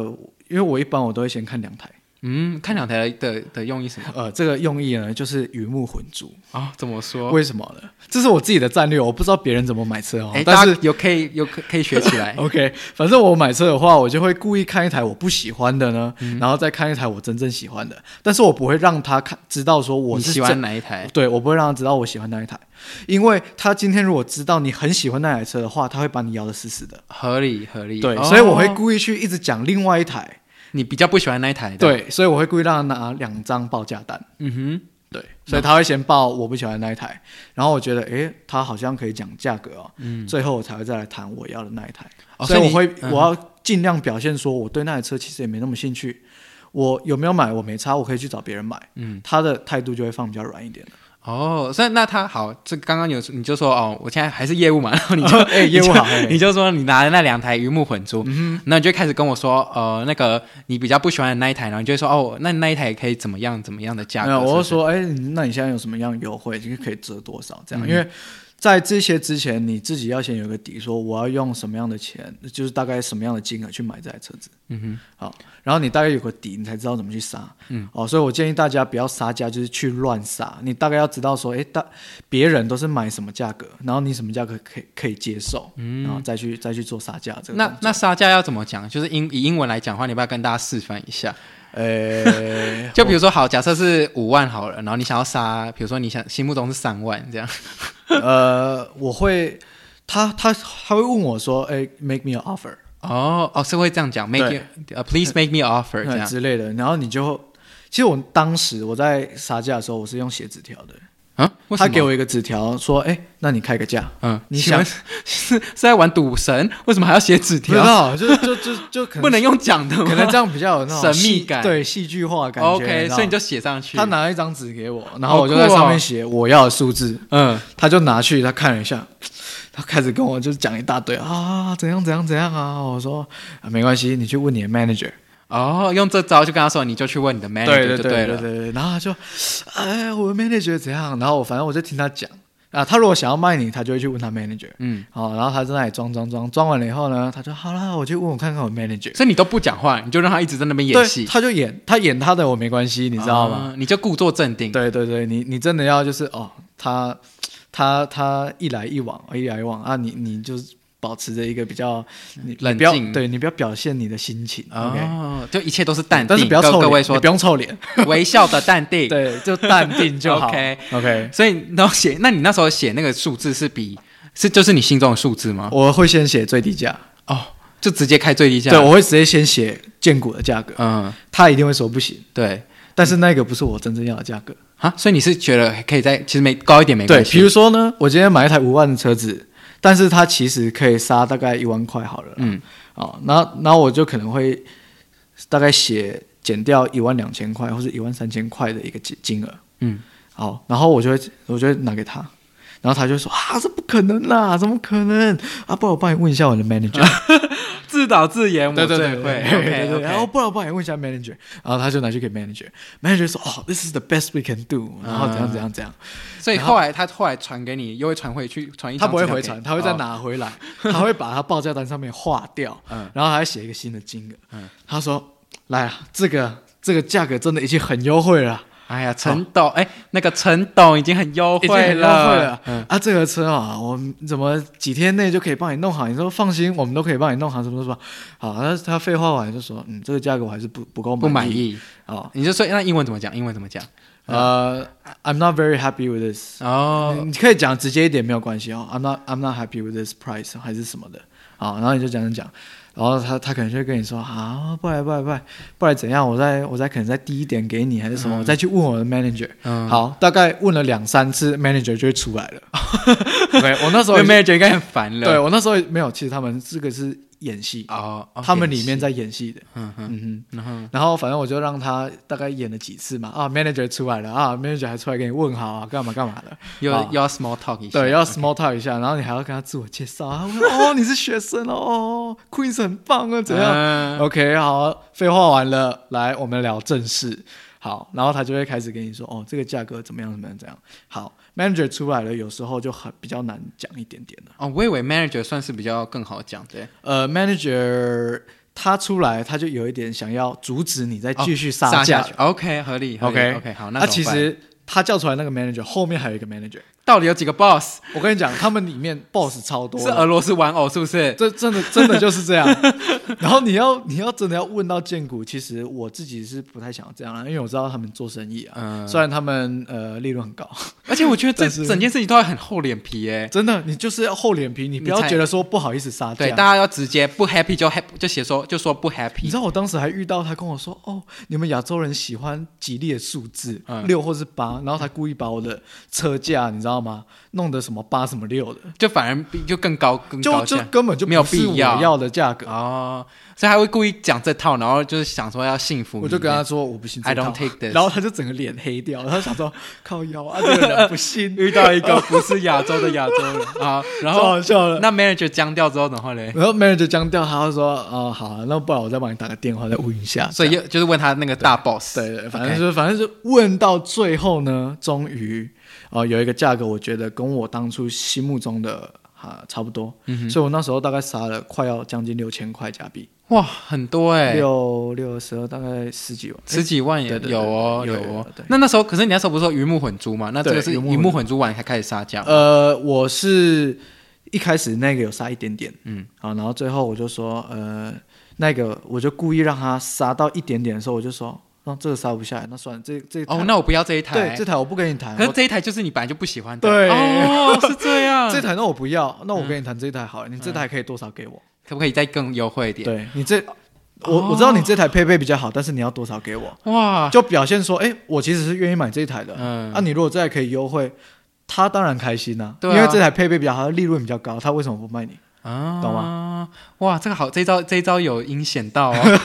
Speaker 2: 因为我一般我都会先看两台。
Speaker 1: 嗯，看两台的的用意什么
Speaker 2: 呃，这个用意呢，就是鱼目混珠。
Speaker 1: 啊、怎么说？
Speaker 2: 哦为什么呢？这是我自己的战略，我不知道别人怎么买车哦。
Speaker 1: 哎、
Speaker 2: 但
Speaker 1: 大
Speaker 2: 是。
Speaker 1: 家有可以有可可以学起来
Speaker 2: OK，反正我买车的话，我就会故意看一台我不喜欢的呢，然后再看一台我真正喜欢的。但是我不会让他看知道说 我
Speaker 1: 你
Speaker 2: 是
Speaker 1: 喜
Speaker 2: 真
Speaker 1: 欢哪一台？
Speaker 2: 对，我不会让他知道我喜欢那一台，因为他今天如果知道你很喜欢那台车的话，他会把你咬得死死的。
Speaker 1: 合理合理。
Speaker 2: 对，
Speaker 1: 哦
Speaker 2: 所以我会故意去一直讲另外一台。
Speaker 1: 你比较不喜欢那一台。，
Speaker 2: 对，所以我会故意让他拿两张报价单。
Speaker 1: 嗯
Speaker 2: 对，所以他会先报我不喜欢的那一台，然后我觉得，诶，他好像可以讲价格哦，最后我才会再来谈我要的那一台。
Speaker 1: 嗯哦所
Speaker 2: 所以
Speaker 1: 以
Speaker 2: 我
Speaker 1: 你
Speaker 2: 会、
Speaker 1: 嗯
Speaker 2: 我要尽量表现说我对那台车其实也没那么兴趣，我有没有买我没差，我可以去找别人买。嗯，他的态度就会放比较软一点。
Speaker 1: 哼，哦，所以那他好，这刚刚有你就说哦，我现在还是业务嘛，然后你就
Speaker 2: 哎、嗯业务好，
Speaker 1: 你就说你拿的那两台鱼目混珠，那你就开始跟我说，呃，那个你比较不喜欢的那一台，然后你就会说哦，那那一台可以怎么样怎么样的价
Speaker 2: 没
Speaker 1: 格？
Speaker 2: 有，我就是
Speaker 1: 不是
Speaker 2: 说，哎、那你现在有什么样的优惠，就是可以折多少
Speaker 1: 嗯
Speaker 2: 这样？因为在这些之前，你自己要先有个底，说我要用什么样的钱，就是大概什么样的金额去买这台车子。
Speaker 1: 嗯哼，
Speaker 2: 好，然后你大概有个底，你才知道怎么去杀。嗯，哦，所以我建议大家不要杀价，就是去乱杀。你大概要知道说，哎、大别人都是买什么价格，然后你什么价格可以可以接受，嗯，然后再去再去做杀价这个。
Speaker 1: 那那杀价要怎么讲？就是英以英文来讲的话，你要不要跟大家示范一下？
Speaker 2: 呃、
Speaker 1: 就比如说，好，假设是五万好了，然后你想要杀，比如说你想心目中是三万这样，
Speaker 2: 呃，我会，他他他会问我说，哎、m a k e me an offer。
Speaker 1: 哦哦，是会这样讲，make you, 呃、p l e a s e make me an offer 这
Speaker 2: 那
Speaker 1: 样。
Speaker 2: 呃之类的，然后你就，其实我当时我在杀价的时候，我是用写纸条的，
Speaker 1: 啊？为什
Speaker 2: 他
Speaker 1: 么
Speaker 2: 给我一个纸条说，哎、那你开个价，
Speaker 1: 嗯，
Speaker 2: 你
Speaker 1: 请问 是是在玩赌神？为什么还要写纸
Speaker 2: 不知
Speaker 1: 条？
Speaker 2: 道，就就就就可能
Speaker 1: 不能用讲的吗，
Speaker 2: 可能 这样比较有那种
Speaker 1: 神秘
Speaker 2: 戏
Speaker 1: 感
Speaker 2: 对戏剧化的感觉。
Speaker 1: OK，所以你
Speaker 2: 就
Speaker 1: 就写上去。
Speaker 2: 他拿了一张纸给我，然
Speaker 1: 好
Speaker 2: 后我就在
Speaker 1: 酷哦
Speaker 2: 上面写我要的数字，
Speaker 1: 嗯，
Speaker 2: 他就拿去，他看了一下，他开始跟我就讲一大堆啊，怎样怎样怎样啊，我说、啊、没关系，你去问你的 manager。
Speaker 1: 哦，用这招就跟他说，你就去问你的 manager
Speaker 2: 对
Speaker 1: 就
Speaker 2: 对
Speaker 1: 了。
Speaker 2: 对对。然后他就，哎，我的 manager 怎样？然后我反正我就听他讲啊，他如果想要卖你，他就会去问他 manager。
Speaker 1: 嗯，
Speaker 2: 哦，然后他在那里装装装，装完了以后呢，他就好啦，我去问我看看我 manager。
Speaker 1: 所以你都不讲话，你就让他一直在那边演
Speaker 2: 对，
Speaker 1: 戏，
Speaker 2: 他就演，他演他的，我没关系，你知道吗？
Speaker 1: 啊？你就故作镇定。
Speaker 2: 对对对，你你真的要就是哦，他他他一来一往，一来一往啊，你你就是保持着一个比较你
Speaker 1: 冷
Speaker 2: 你不要
Speaker 1: 静
Speaker 2: 对你不要表现你的心情、，OK，
Speaker 1: 哦，就一切都是淡定。
Speaker 2: 但是不要
Speaker 1: 跟
Speaker 2: 臭
Speaker 1: 各位
Speaker 2: 脸，
Speaker 1: 说
Speaker 2: 你不用臭脸，
Speaker 1: 微笑的淡定。
Speaker 2: 对，就淡定就好
Speaker 1: OK
Speaker 2: OK。
Speaker 1: 所以你都写，那你那时候写那个数字是比是就是你心中的数字吗？
Speaker 2: 我会先写最低价，
Speaker 1: 哦，就直接开最低价。
Speaker 2: 对，我会直接先写建股的价格，
Speaker 1: 嗯，
Speaker 2: 他一定会说不行，
Speaker 1: 对
Speaker 2: 但是那个不是我真正要的价格。
Speaker 1: 啊，所以你是觉得可以再其实没高一点没
Speaker 2: 对，
Speaker 1: 关
Speaker 2: 比
Speaker 1: 系。
Speaker 2: 如说呢，我今天买一台五万的车子，但是它其实可以杀大概一万块好了，
Speaker 1: 嗯，
Speaker 2: 哦，那那我就可能会大概写减掉一万两千块或者一万三千块的一个金金额，
Speaker 1: 嗯，
Speaker 2: 好，然后我就会我就会拿给他。然后他就说啊，这不可能啦，怎么可能啊？不然我帮你问一下我的 manager，
Speaker 1: 自导自演，我
Speaker 2: 对对对
Speaker 1: 最
Speaker 2: 对
Speaker 1: 会。
Speaker 2: 对对
Speaker 1: OK
Speaker 2: 对
Speaker 1: OK，
Speaker 2: 然后不然我帮你问一下 manager，然后他就拿去给 manager，manager 说哦，this is the best we can do，然
Speaker 1: 啊
Speaker 2: 后怎样怎样怎样，
Speaker 1: 所以后来他后来传给你，又会传回去，传一
Speaker 2: 他
Speaker 1: 张
Speaker 2: 不会
Speaker 1: 纸条
Speaker 2: 回
Speaker 1: 给
Speaker 2: 传，
Speaker 1: 你
Speaker 2: 他会再。
Speaker 1: 哦
Speaker 2: 拿回来，他会把他报价单上面划掉，
Speaker 1: 嗯
Speaker 2: 然后还写一个新的金额，
Speaker 1: 嗯
Speaker 2: 他说来啊，这个这个价格真的已经很优惠了，
Speaker 1: 哎呀，陈董，哎，那个陈董已经很优
Speaker 2: 哦已经很
Speaker 1: 惠
Speaker 2: 优惠了
Speaker 1: 了，，嗯，
Speaker 2: 啊，这个车啊，我们怎么几天内就可以帮你弄好？你说放心，我们都可以帮你弄好，什么什么，好，那他废话完就说，嗯，这个价格我还是不不够
Speaker 1: 不满
Speaker 2: 意，
Speaker 1: 意，
Speaker 2: 哦，
Speaker 1: 哎你就说那英文怎么讲？英文怎么讲？
Speaker 2: 呃、i m not very happy with this。
Speaker 1: 哦，
Speaker 2: 你可以讲直接一点没有关系哦，I'm not I'm not happy with this price 还是什么的，好，然后你就讲讲讲，然后他他可能就会跟你说啊，不然不然不然不然怎样，我再我再可能再低一点给你还是什么，我再去问我的 manager，、
Speaker 1: 嗯
Speaker 2: 好，大概问了两三次，manager 就会出来了。对，我那时候
Speaker 1: 那
Speaker 2: 也是
Speaker 1: manager 应该很烦了。
Speaker 2: 对我那时候也没有，其实他们这个是演戏，
Speaker 1: 哦，哦
Speaker 2: 他们里
Speaker 1: 演
Speaker 2: 面
Speaker 1: 戏
Speaker 2: 在演戏的，
Speaker 1: 嗯哼，
Speaker 2: 嗯哼。
Speaker 1: 然后
Speaker 2: 然后反正我就让他大概演了几次嘛，啊，manager 出来了啊，manager 还出来给你问好啊，干嘛干嘛的，
Speaker 1: 又
Speaker 2: 啊
Speaker 1: 又要 small talk 一下，嗯
Speaker 2: 对，要 small talk 一下，然后你还要跟他自我介绍啊，我说哦，你是学生哦哦，Queen 很棒啊，怎样、
Speaker 1: 样？
Speaker 2: o k 好，废话完了，来我们聊正事。好，然后他就会开始跟你说，哦，这个价格怎么样，怎么样，怎样。好，manager 出来了，有时候就很比较难讲一点点了。
Speaker 1: 哦，我以为 manager 算是比较更好讲的，
Speaker 2: 呃，manager 他出来，他就有一点想要阻止你再继续杀价
Speaker 1: 哦下
Speaker 2: 了。
Speaker 1: 去。OK，合理。合理
Speaker 2: OK
Speaker 1: OK，好，那啊怎么
Speaker 2: 那其
Speaker 1: 办
Speaker 2: 实他叫出来那个 manager 后面还有一个 manager，
Speaker 1: 到底有几个 boss？
Speaker 2: 我跟你讲，他们里面 boss 超多
Speaker 1: 是
Speaker 2: 的，
Speaker 1: 俄罗斯玩偶是不是？
Speaker 2: 这真的真的就是这样。 然后你要你要真的要问到建股，其实我自己是不太想要这样啦，因为我知道他们做生意啊，
Speaker 1: 嗯，
Speaker 2: 虽然他们呃利润很高，
Speaker 1: 而且我觉得这
Speaker 2: 但是
Speaker 1: 整件事情都要很厚脸皮耶。
Speaker 2: 真的你就是要厚脸皮，你不要
Speaker 1: 你才
Speaker 2: 觉得说不好意思杀
Speaker 1: 对，
Speaker 2: 价
Speaker 1: 大。家要直接不 happy 就 happy 就写说就说不
Speaker 2: 你
Speaker 1: happy
Speaker 2: 知。道我当时还遇到他跟我说：“哦，你们亚洲人喜欢吉利的数字，
Speaker 1: 嗯
Speaker 2: 六、或是八。”然后他故意把我的车价，你知道吗？弄得什么八什么六的，
Speaker 1: 就反而比就更高更
Speaker 2: 就
Speaker 1: 高
Speaker 2: 就
Speaker 1: 价
Speaker 2: 根本就不
Speaker 1: 没有
Speaker 2: 是
Speaker 1: 必
Speaker 2: 我
Speaker 1: 要
Speaker 2: 要的价格。
Speaker 1: 哦，所以他会故意讲这套，然后就是想说要幸福你。
Speaker 2: 我就跟他说我不信这
Speaker 1: I
Speaker 2: 套
Speaker 1: don't take this
Speaker 2: 然后他就整个脸黑掉，他想说靠腰啊，这个人不信，
Speaker 1: 遇到一个不是亚洲的亚洲 人啊， 然
Speaker 2: 超
Speaker 1: 后
Speaker 2: 好笑了。
Speaker 1: 那 manager 僵掉之后，然后嘞，
Speaker 2: 然后 manager 僵掉，他就说哦好啊，那不然我再帮你打个电话再问一下。
Speaker 1: 所以又就是问他那个大 boss，
Speaker 2: 对对，反
Speaker 1: OK
Speaker 2: 正就是反正是问到最后呢，终于呃有一个价格，我觉得跟我当初心目中的哈、差不多，
Speaker 1: 嗯
Speaker 2: 所以我那时候大概杀了快要将近六千块加币，
Speaker 1: 哇，很多哎、
Speaker 2: 六六十二大概十几万，
Speaker 1: 十几万也
Speaker 2: 对对对
Speaker 1: 有哦，
Speaker 2: 有有
Speaker 1: 哦
Speaker 2: 有对。
Speaker 1: 那那时候，可是你那时候不是说鱼目混珠嘛？那这个是
Speaker 2: 对鱼
Speaker 1: 鱼
Speaker 2: 目混珠
Speaker 1: 目混珠完才开始杀价吗。
Speaker 2: 呃，我是一开始那个有杀一点点，嗯，啊，然后最后我就说，呃，那个我就故意让他杀到一点点的时候，我就说，那、这个杀不下来，那算了，这这
Speaker 1: 哦，那我不要这一
Speaker 2: 呃对
Speaker 1: 台
Speaker 2: 这。台我不跟你谈，
Speaker 1: 可是
Speaker 2: 我
Speaker 1: 这一台就是你本来就不喜欢的。
Speaker 2: 对
Speaker 1: 哦，是这样。嗯
Speaker 2: 这台那我不要，那我跟你谈这台好了，你这台可以多少给我？
Speaker 1: 可不可以再更优惠一点？
Speaker 2: 对你这。我我知道你这台配备比较好，但是你要多少给我？
Speaker 1: 哇，
Speaker 2: 就表现说，哎、我其实是愿意买这一台的。
Speaker 1: 啊嗯
Speaker 2: 啊，你如果这台可以优惠，他当然开心呐、
Speaker 1: 对啊
Speaker 2: 因为这台配备比较好，利润比较高，他为什么不卖你？
Speaker 1: 啊
Speaker 2: 懂
Speaker 1: 吗？哇，这个好，这一招这一招有阴险到 哦。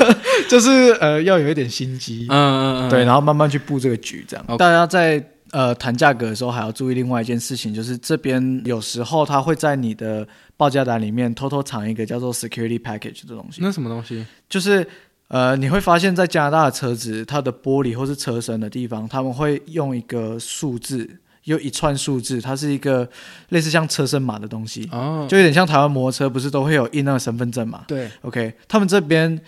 Speaker 2: 就是呃，要有一点心机，
Speaker 1: 嗯嗯嗯，
Speaker 2: 对，然后慢慢去布这个局，这样。
Speaker 1: OK
Speaker 2: 大家在呃谈价格的时候，还要注意另外一件事情，就是这边有时候他会在你的报价单里面偷偷藏一个叫做 security package 的东西，
Speaker 1: 那什么东西？
Speaker 2: 就是。呃，你会发现在加拿大的车子，它的玻璃或是车身的地方，他们会用一个数字，有一串数字，它是一个类似像车身码的东西，
Speaker 1: 哦，
Speaker 2: 就有点像台湾摩托车不是都会有印那个身份证嘛？
Speaker 1: 对，
Speaker 2: OK，他们这边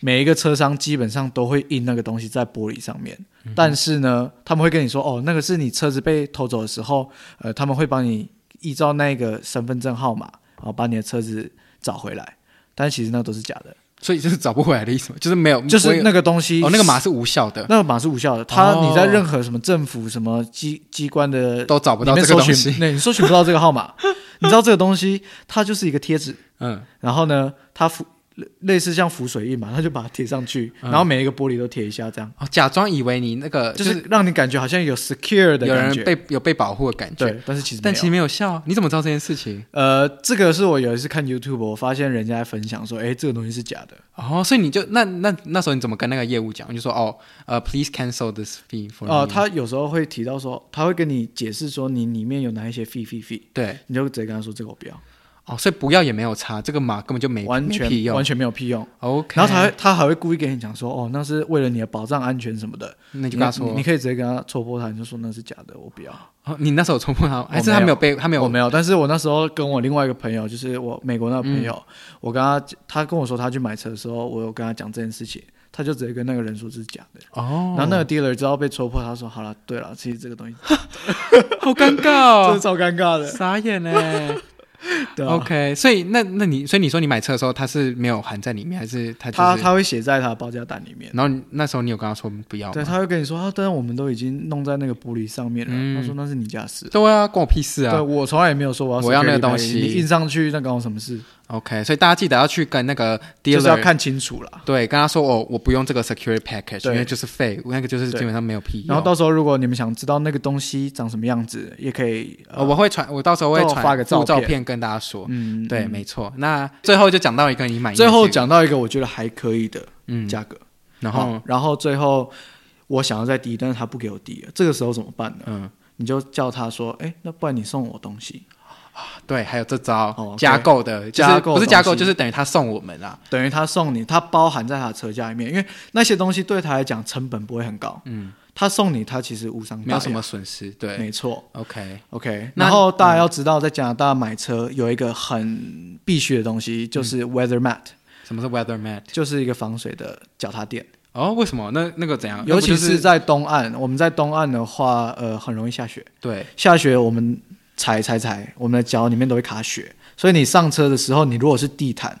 Speaker 2: 每一个车商基本上都会印那个东西在玻璃上面，
Speaker 1: 嗯
Speaker 2: 但是呢，他们会跟你说，哦，那个是你车子被偷走的时候，呃，他们会帮你依照那个身份证号码，然后把你的车子找回来。但其实那都是假的，
Speaker 1: 所以就是找不回来的意思吗，就是没有，
Speaker 2: 就
Speaker 1: 不会
Speaker 2: 是那个东西，
Speaker 1: 嗯哦，那个码，是无效的，
Speaker 2: 那个码是无效的。它
Speaker 1: 哦
Speaker 2: 你在任何什么政府、什么机机关的
Speaker 1: 都找不
Speaker 2: 里
Speaker 1: 到
Speaker 2: 面
Speaker 1: 这个
Speaker 2: 搜
Speaker 1: 东
Speaker 2: 寻，
Speaker 1: 西。
Speaker 2: 对，你搜寻不到这个号码。你知道这个东西，它就是一个贴纸，
Speaker 1: 嗯，
Speaker 2: 然后呢，它浮类类似像浮水印嘛，他就把它贴上去，
Speaker 1: 嗯
Speaker 2: 然后每一个玻璃都贴一下，这样
Speaker 1: 哦，假装以为你那个
Speaker 2: 就
Speaker 1: 就是
Speaker 2: 是让你感觉好像有 secure 的
Speaker 1: 有
Speaker 2: 感
Speaker 1: 人
Speaker 2: 觉。
Speaker 1: 被有被保护的感觉，
Speaker 2: 对，但是其实没有
Speaker 1: 但其实没有效。你怎么知道这件事情？
Speaker 2: 呃，这个是我有一次看 YouTube，我发现人家在分享说，哎，这个东西是假的。
Speaker 1: 哦，所以你就那那那时候你怎么跟那个业务讲？你就说哦，呃，please cancel this fee for me。
Speaker 2: 哦、他有时候会提到说，他会跟你解释说你里面有哪一些 fee fee fee，
Speaker 1: 对
Speaker 2: 你就直接跟他说这个我不要，
Speaker 1: 哦，所以不要也没有差，这个码根本就没
Speaker 2: 完
Speaker 1: 没屁
Speaker 2: 全
Speaker 1: 用
Speaker 2: 完。全没有屁用。
Speaker 1: OK，
Speaker 2: 然后他会他还会故意跟你讲说，哦，那是为了你的保障安全什么的，
Speaker 1: 那你就跟他说，
Speaker 2: 你你可以直接跟他戳破他，你就说那是假的，我不要。
Speaker 1: 哦你那时候有冲破他，还是
Speaker 2: 我
Speaker 1: 他
Speaker 2: 没有
Speaker 1: 没有被他没
Speaker 2: 我
Speaker 1: 有
Speaker 2: 没有，但是我那时候跟我另外一个朋友，就是我美国那个朋友，
Speaker 1: 嗯
Speaker 2: 我跟他他跟我说他去买车的时候，我有跟他讲这件事情，他就直接跟那个人说这是假的。
Speaker 1: 哦，
Speaker 2: 然后那个 dealer 知道被戳破，他说好了，对了，其实这个东西、
Speaker 1: 好尴尬
Speaker 2: 真的
Speaker 1: 哦，
Speaker 2: 超尴尬的。
Speaker 1: 傻眼嘞。
Speaker 2: 对啊
Speaker 1: OK，所以那那你所以你说你买车的时候，它是没有含在里面，还是它就
Speaker 2: 他
Speaker 1: 是？
Speaker 2: 他会写在他的报价单里面。
Speaker 1: 然后你那时候你有跟他说不要
Speaker 2: 对，
Speaker 1: 吗？
Speaker 2: 他会跟你说啊，但是我们都已经弄在那个玻璃上面了。
Speaker 1: 嗯
Speaker 2: 他说那是你家的事。
Speaker 1: 对啊，关我屁事
Speaker 2: 对
Speaker 1: 啊。
Speaker 2: 我从来也没有说我要
Speaker 1: 我要
Speaker 2: 送给
Speaker 1: 那个
Speaker 2: 你
Speaker 1: 东西
Speaker 2: 你印上去那关我什么事？
Speaker 1: OK，所以大家记得要去跟那个
Speaker 2: 就是要
Speaker 1: dealer
Speaker 2: 看清楚啦。
Speaker 1: 对，跟他说哦我我不用这个 security package，
Speaker 2: 对
Speaker 1: 因为就是废物，那个就是
Speaker 2: 对
Speaker 1: 基本上没有屁用。
Speaker 2: 然后到时候如果你们想知道那个东西长什么样子，也可以
Speaker 1: 呃我会传，我到时候会
Speaker 2: 到时候
Speaker 1: 传
Speaker 2: 发个
Speaker 1: 照
Speaker 2: 照片
Speaker 1: 片跟大家说。
Speaker 2: 嗯
Speaker 1: 对，
Speaker 2: 嗯
Speaker 1: 没错。那最后就讲到一个你满意的结
Speaker 2: 最
Speaker 1: 果，
Speaker 2: 后讲到一个我觉得还可以的
Speaker 1: 嗯，
Speaker 2: 价格，
Speaker 1: 然后
Speaker 2: 好然后最后我想要再低，但是他不给我低了，这个时候怎么办呢？
Speaker 1: 嗯，
Speaker 2: 你就叫他说，哎，那不然你送我东西，
Speaker 1: 对，还有这招、
Speaker 2: 哦，OK
Speaker 1: 加购的，就是
Speaker 2: 加购的
Speaker 1: 不是加购，
Speaker 2: 东西
Speaker 1: 就是等于他送我们啊。
Speaker 2: 等于他送你，他包含在他的车价里面，因为那些东西对他来讲成本不会很高，
Speaker 1: 嗯，
Speaker 2: 他送你，他其实无伤大雅，
Speaker 1: 没有什么损失。对
Speaker 2: 没错。
Speaker 1: ，OK，
Speaker 2: OK，
Speaker 1: 那
Speaker 2: 然后大家要知道，在加拿大买车有一个很必须的东西，就是
Speaker 1: 嗯
Speaker 2: weather mat，、
Speaker 1: 什么是 weather mat？
Speaker 2: 就是一个防水的脚踏垫。
Speaker 1: 哦，为什么？那那个怎样？
Speaker 2: 尤
Speaker 1: 啊那
Speaker 2: 其
Speaker 1: 不就是
Speaker 2: 在东岸，我们在东岸的话，呃，很容易下雪。
Speaker 1: 对，
Speaker 2: 下雪我们踩踩踩，我们的脚里面都会卡雪，所以你上车的时候，你如果是地毯，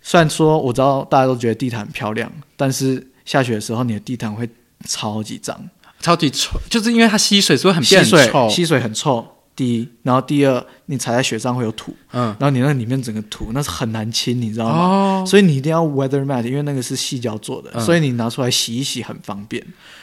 Speaker 2: 虽然说我知道大家都觉得地毯很漂亮，但是下雪的时候，你的地毯会超级脏，
Speaker 1: 超级臭，就是因为它吸水，所以很
Speaker 2: 吸
Speaker 1: 变很
Speaker 2: 水，
Speaker 1: 臭。
Speaker 2: 吸水很臭。第一，然后第二，你踩在雪上会有土，
Speaker 1: 嗯，
Speaker 2: 然后你那里面整个土那是很难清，你知道吗？
Speaker 1: 哦，
Speaker 2: 所以你一定要 weather mat，因为那个是细胶做的，
Speaker 1: 嗯
Speaker 2: 所以你拿出来洗一洗很方便。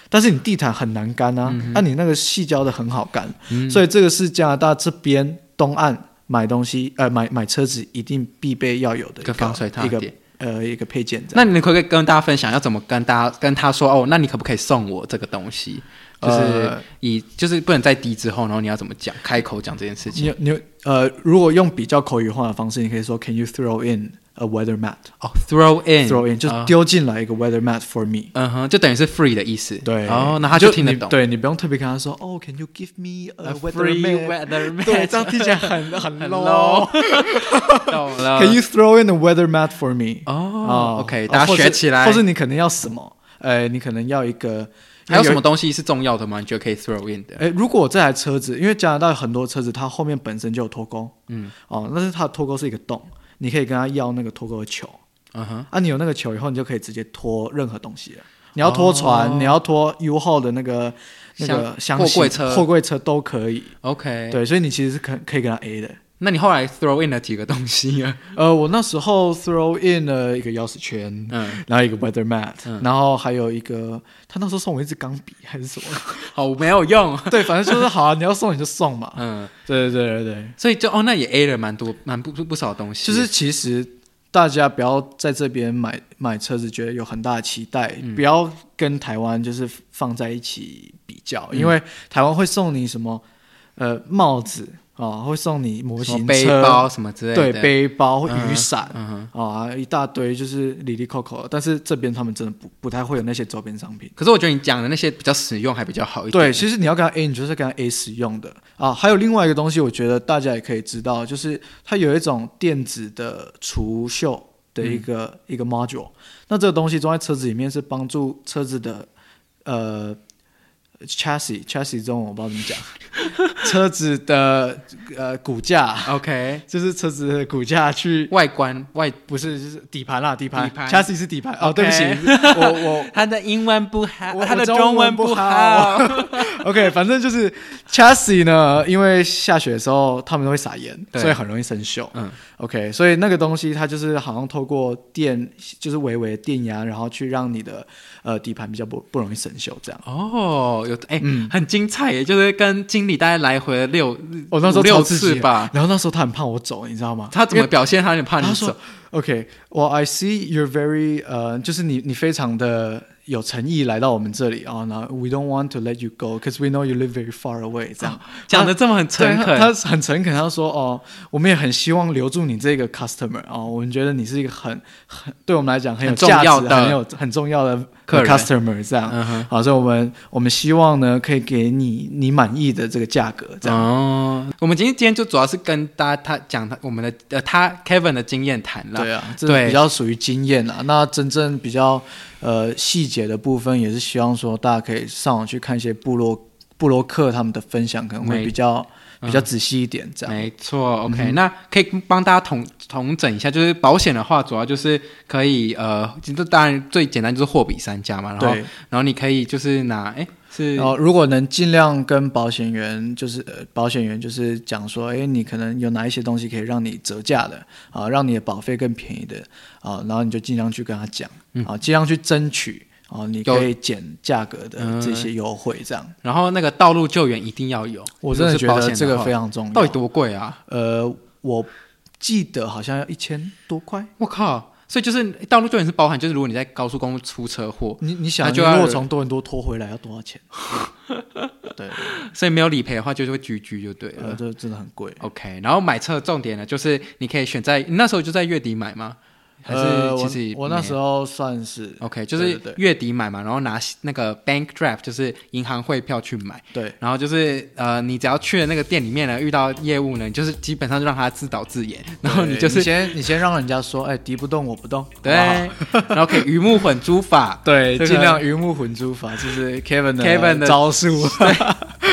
Speaker 2: 但是你地毯很难干啊，那、你那个细胶的很好干，
Speaker 1: 嗯
Speaker 2: 所以这个是加拿大这边东岸买东西呃买买车子一定必备要有的
Speaker 1: 一
Speaker 2: 一
Speaker 1: 个
Speaker 2: 个
Speaker 1: 防水踏
Speaker 2: 一个
Speaker 1: 垫
Speaker 2: 呃一个配件这样。
Speaker 1: 那你可不可以跟大家分享要怎么跟大家跟他说哦？那你可不可以送我这个东西？就是
Speaker 2: 呃
Speaker 1: 以、就是不能再低之后，然后你要怎么讲开口讲这件事
Speaker 2: 你
Speaker 1: 情？
Speaker 2: 有你有呃，如果用比较口语化的方式，你可以说 Can you throw in a weather mat?
Speaker 1: 哦，throw in
Speaker 2: Throw in 就是
Speaker 1: 啊
Speaker 2: 丢进来一个 weather mat for me。
Speaker 1: 嗯哼，就等于是 free 的意思。
Speaker 2: 对，
Speaker 1: 哦，那他就听得
Speaker 2: 你
Speaker 1: 懂。
Speaker 2: 对你不用特别跟他说哦，Can you give me a
Speaker 1: A
Speaker 2: weather
Speaker 1: free
Speaker 2: mat？
Speaker 1: weather mat，
Speaker 2: 对，这样听起来很 很
Speaker 1: 很
Speaker 2: low
Speaker 1: low。懂了。
Speaker 2: Can you throw in a weather mat for me？
Speaker 1: 哦，OK，
Speaker 2: 哦
Speaker 1: 大家
Speaker 2: 或是
Speaker 1: 学起来
Speaker 2: 或是你可能要什么？呃，你可能要一个，
Speaker 1: 还有什么？东西是重要的吗？你觉得可以 throw in 的？
Speaker 2: 哎，如果这台车子，因为加拿大有很多车子，它后面本身就有脱钩，
Speaker 1: 嗯，
Speaker 2: 哦，但是它的脱钩是一个洞，你可以跟他要那个脱钩的球
Speaker 1: 嗯哼，
Speaker 2: 啊，你有那个球以后，你就可以直接拖任何东西了。你要拖船，
Speaker 1: 哦
Speaker 2: 你要拖 U 后的那个那个
Speaker 1: 箱
Speaker 2: 箱
Speaker 1: 货柜
Speaker 2: 型
Speaker 1: 车
Speaker 2: 货柜车都可以。
Speaker 1: OK，
Speaker 2: 对，所以你其实是可可以跟他 A 的。
Speaker 1: 那你后来 throw in 了几个东西啊？
Speaker 2: 呃，我那时候 throw in 了一个钥匙圈，
Speaker 1: 嗯，
Speaker 2: 然后一个 weather mat，、
Speaker 1: 嗯
Speaker 2: 然后还有一个，他那时候送我一支钢笔还是什 么？
Speaker 1: 好没有用。
Speaker 2: 对，反正就是好啊，你要送你就送嘛。
Speaker 1: 嗯，
Speaker 2: 对对对对对，
Speaker 1: 所以就哦，那也 A 了蛮多蛮不不不少东西。
Speaker 2: 就是其实大家不要在这边买买车子，觉得有很大的期待，
Speaker 1: 嗯
Speaker 2: 不要跟台湾就是放在一起比较，
Speaker 1: 嗯
Speaker 2: 因为台湾会送你什么呃帽子啊、会送你模
Speaker 1: 什么
Speaker 2: 型
Speaker 1: 背
Speaker 2: 车
Speaker 1: 包什么之类的。
Speaker 2: 对背包、
Speaker 1: 嗯
Speaker 2: 雨伞。
Speaker 1: 嗯哼。
Speaker 2: 啊，一大堆就是里里扣扣的，但是这边他们真的不不太会有那些周边商品。
Speaker 1: 可是我觉得你讲的那些比较实用，还比较好一点。
Speaker 2: 对，其实你要跟他 A，你就是跟他 A 使用的啊。还有另外一个东西，我觉得大家也可以知道，就是它有一种电子的除锈的一个、一个 module。那这个东西装在车子里面，是帮助车子的呃 chassis chassis 中文我不知道怎么讲， 车子的呃骨架，
Speaker 1: OK，
Speaker 2: 就是车子的骨架去。
Speaker 1: 外观外
Speaker 2: 不是，就是底盘啦，底盘
Speaker 1: 底盘
Speaker 2: ，chassis 是底盘哦，
Speaker 1: OK
Speaker 2: 对不 起，我我
Speaker 1: 他的英文不好
Speaker 2: 我我中文不好。OK，反 正就是 chassis 呢，因为下雪的时候他们都会撒盐，
Speaker 1: 对
Speaker 2: 所以很容易生锈。
Speaker 1: 嗯
Speaker 2: OK，所以那个东西它就是好像透过电，就是微微的电压，然后去让你的呃底盘比较不不容易生锈。这样，
Speaker 1: 哦，有哎、
Speaker 2: 嗯
Speaker 1: 很精彩耶！就是跟经理大概来回了六，
Speaker 2: 我那时
Speaker 1: 嗯
Speaker 2: 候
Speaker 1: 五六
Speaker 2: 超刺激
Speaker 1: 次
Speaker 2: 的
Speaker 1: 吧。
Speaker 2: 然后那时候他很怕我走，你知道吗？
Speaker 1: 他怎么表现？他有点怕
Speaker 2: 他
Speaker 1: 你
Speaker 2: 说
Speaker 1: 走。
Speaker 2: ：“OK，我、I see you're very 呃，就是你你非常的有诚意来到我们这里啊，然后 We don't want to let you go because we know you live very far away。”这样。
Speaker 1: 讲的这么很啊诚
Speaker 2: 对
Speaker 1: 恳，
Speaker 2: 他他很诚恳，他说哦，我们也很希望留住你这个 customer 哦，我们觉得你是一个很很对我们来讲很有
Speaker 1: 很重
Speaker 2: 价值、
Speaker 1: 要的
Speaker 2: 很有很重要的
Speaker 1: 客人
Speaker 2: customer 这样。
Speaker 1: 嗯哼，
Speaker 2: 好，所以我们我们希望呢，可以给你你满意的这个价格这样。
Speaker 1: 哦，我们今天今天就主要是跟大家他讲他我们的呃他 Kevin 的经验谈了。
Speaker 2: 对啊，这
Speaker 1: 对
Speaker 2: 比较属于经验啊。那真正比较呃细节的部分，也是希望说大家可以上网去看一些部落布洛克他们的分享可能会
Speaker 1: 没
Speaker 2: 比较比较仔细一点，这样。嗯
Speaker 1: 没错，OK，、那可以帮大家统统整一下，就是保险的话，主要就是可以呃，这当然最简单就是货比三家嘛，然后
Speaker 2: 对，
Speaker 1: 然后你可以就是拿哎是
Speaker 2: 然后如果能尽量跟保险员，就是、呃、保险员就是讲说，哎，你可能有哪一些东西可以让你折价的啊，让你的保费更便宜的啊，然后你就尽量去跟他讲啊，尽量去争取啊，你
Speaker 1: 有
Speaker 2: 可以减价格的
Speaker 1: 嗯
Speaker 2: 这些优惠，这样。
Speaker 1: 然后那个道路救援一定要有，
Speaker 2: 我真的觉得这个非
Speaker 1: 常
Speaker 2: 常重要。
Speaker 1: 到底多贵啊？
Speaker 2: 呃，我记得好像要一千多块。
Speaker 1: 我靠！所以就是道路救援是包含，就是如果你在高速公路出车祸，
Speaker 2: 你你想，
Speaker 1: 那就
Speaker 2: 你
Speaker 1: 要
Speaker 2: 如果从多伦多拖回来要多少 钱？对，
Speaker 1: 所以没有理赔的话，就是会居居就对了。
Speaker 2: 呃，这真的很贵。
Speaker 1: OK，然后买车的重点呢，就是你可以选在你那时候就在月底买吗？还
Speaker 2: 呃
Speaker 1: 是
Speaker 2: 我
Speaker 1: 其实、
Speaker 2: 我那时
Speaker 1: 候。
Speaker 2: 候算是
Speaker 1: OK，就
Speaker 2: 对
Speaker 1: 是
Speaker 2: 对对
Speaker 1: 月底买嘛，然后拿那个 bank draft，就是银行汇票去买，
Speaker 2: 对
Speaker 1: 然后就是呃，你只要去了那个店里面呢，遇到业务呢，你就是基本上就让他自导自演，然后
Speaker 2: 对
Speaker 1: 你就是
Speaker 2: 先你先让人家说，哎，敌不动我不动，
Speaker 1: 对，
Speaker 2: 好不好，
Speaker 1: 然后可以鱼目混珠法
Speaker 2: 对，
Speaker 1: 这个
Speaker 2: 尽量鱼目混珠法，就是 Kevin 的
Speaker 1: Kevin 的
Speaker 2: 招数。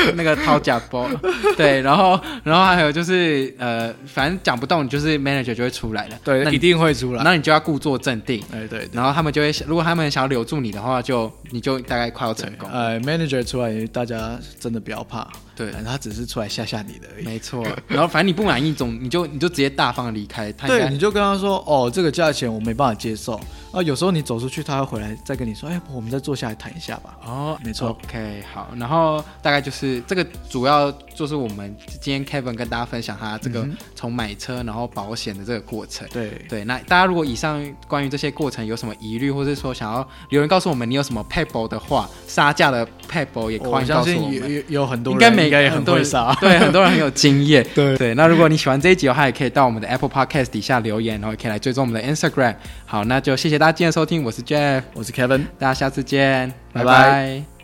Speaker 1: 那个掏假包，对，然后然后还有就是呃，反正讲不动，你就是 manager 就会出来了，那
Speaker 2: 对，一
Speaker 1: 你
Speaker 2: 定会出来。
Speaker 1: 那你就要故作镇定，
Speaker 2: 哎，对对。
Speaker 1: 然后他们就会，如果他们想要留住你的话，就你就大概快要成功。
Speaker 2: 呃，manager 出来，大家真的不要怕，
Speaker 1: 对
Speaker 2: 哎他只是出来吓吓你的而已。
Speaker 1: 没错，然后反正你不满意总你就你就直接大方地离开，他应
Speaker 2: 对，
Speaker 1: 该
Speaker 2: 你就跟他说，哦，这个价钱我没办法接受啊。有时候你走出去，他会回来再跟你说，哎，我们再坐下来谈一下吧。
Speaker 1: 哦，
Speaker 2: 没错
Speaker 1: OK，好，然后大概就是这个主要就是我们今天 Kevin 跟大家分享他这
Speaker 2: 嗯
Speaker 1: 个从买车然后保险的这个过程。
Speaker 2: 对，
Speaker 1: 对，那大家如果以上关于这些过程有什么疑虑，或是说想要留言告诉我们你有什么 pebble 的话，杀价的 pebble 也
Speaker 2: 哦我
Speaker 1: 欢迎告
Speaker 2: 相
Speaker 1: 诉
Speaker 2: 信
Speaker 1: 我
Speaker 2: 有
Speaker 1: 们。
Speaker 2: 有有很多
Speaker 1: 应
Speaker 2: 人
Speaker 1: 该每
Speaker 2: 应该也
Speaker 1: 很
Speaker 2: 很
Speaker 1: 多
Speaker 2: 会
Speaker 1: 人。
Speaker 2: 杀
Speaker 1: 对，很多人很有经验。
Speaker 2: 对
Speaker 1: 对，那如果你喜欢这一集的话，也可以到我们的 Apple Podcast 底下留言，然后也可以来追踪我们的 Instagram。好，那就谢谢大家今天的收听，我是 Jeff，
Speaker 2: 我是 Kevin。
Speaker 1: 大家下次见，
Speaker 2: 拜拜
Speaker 1: 拜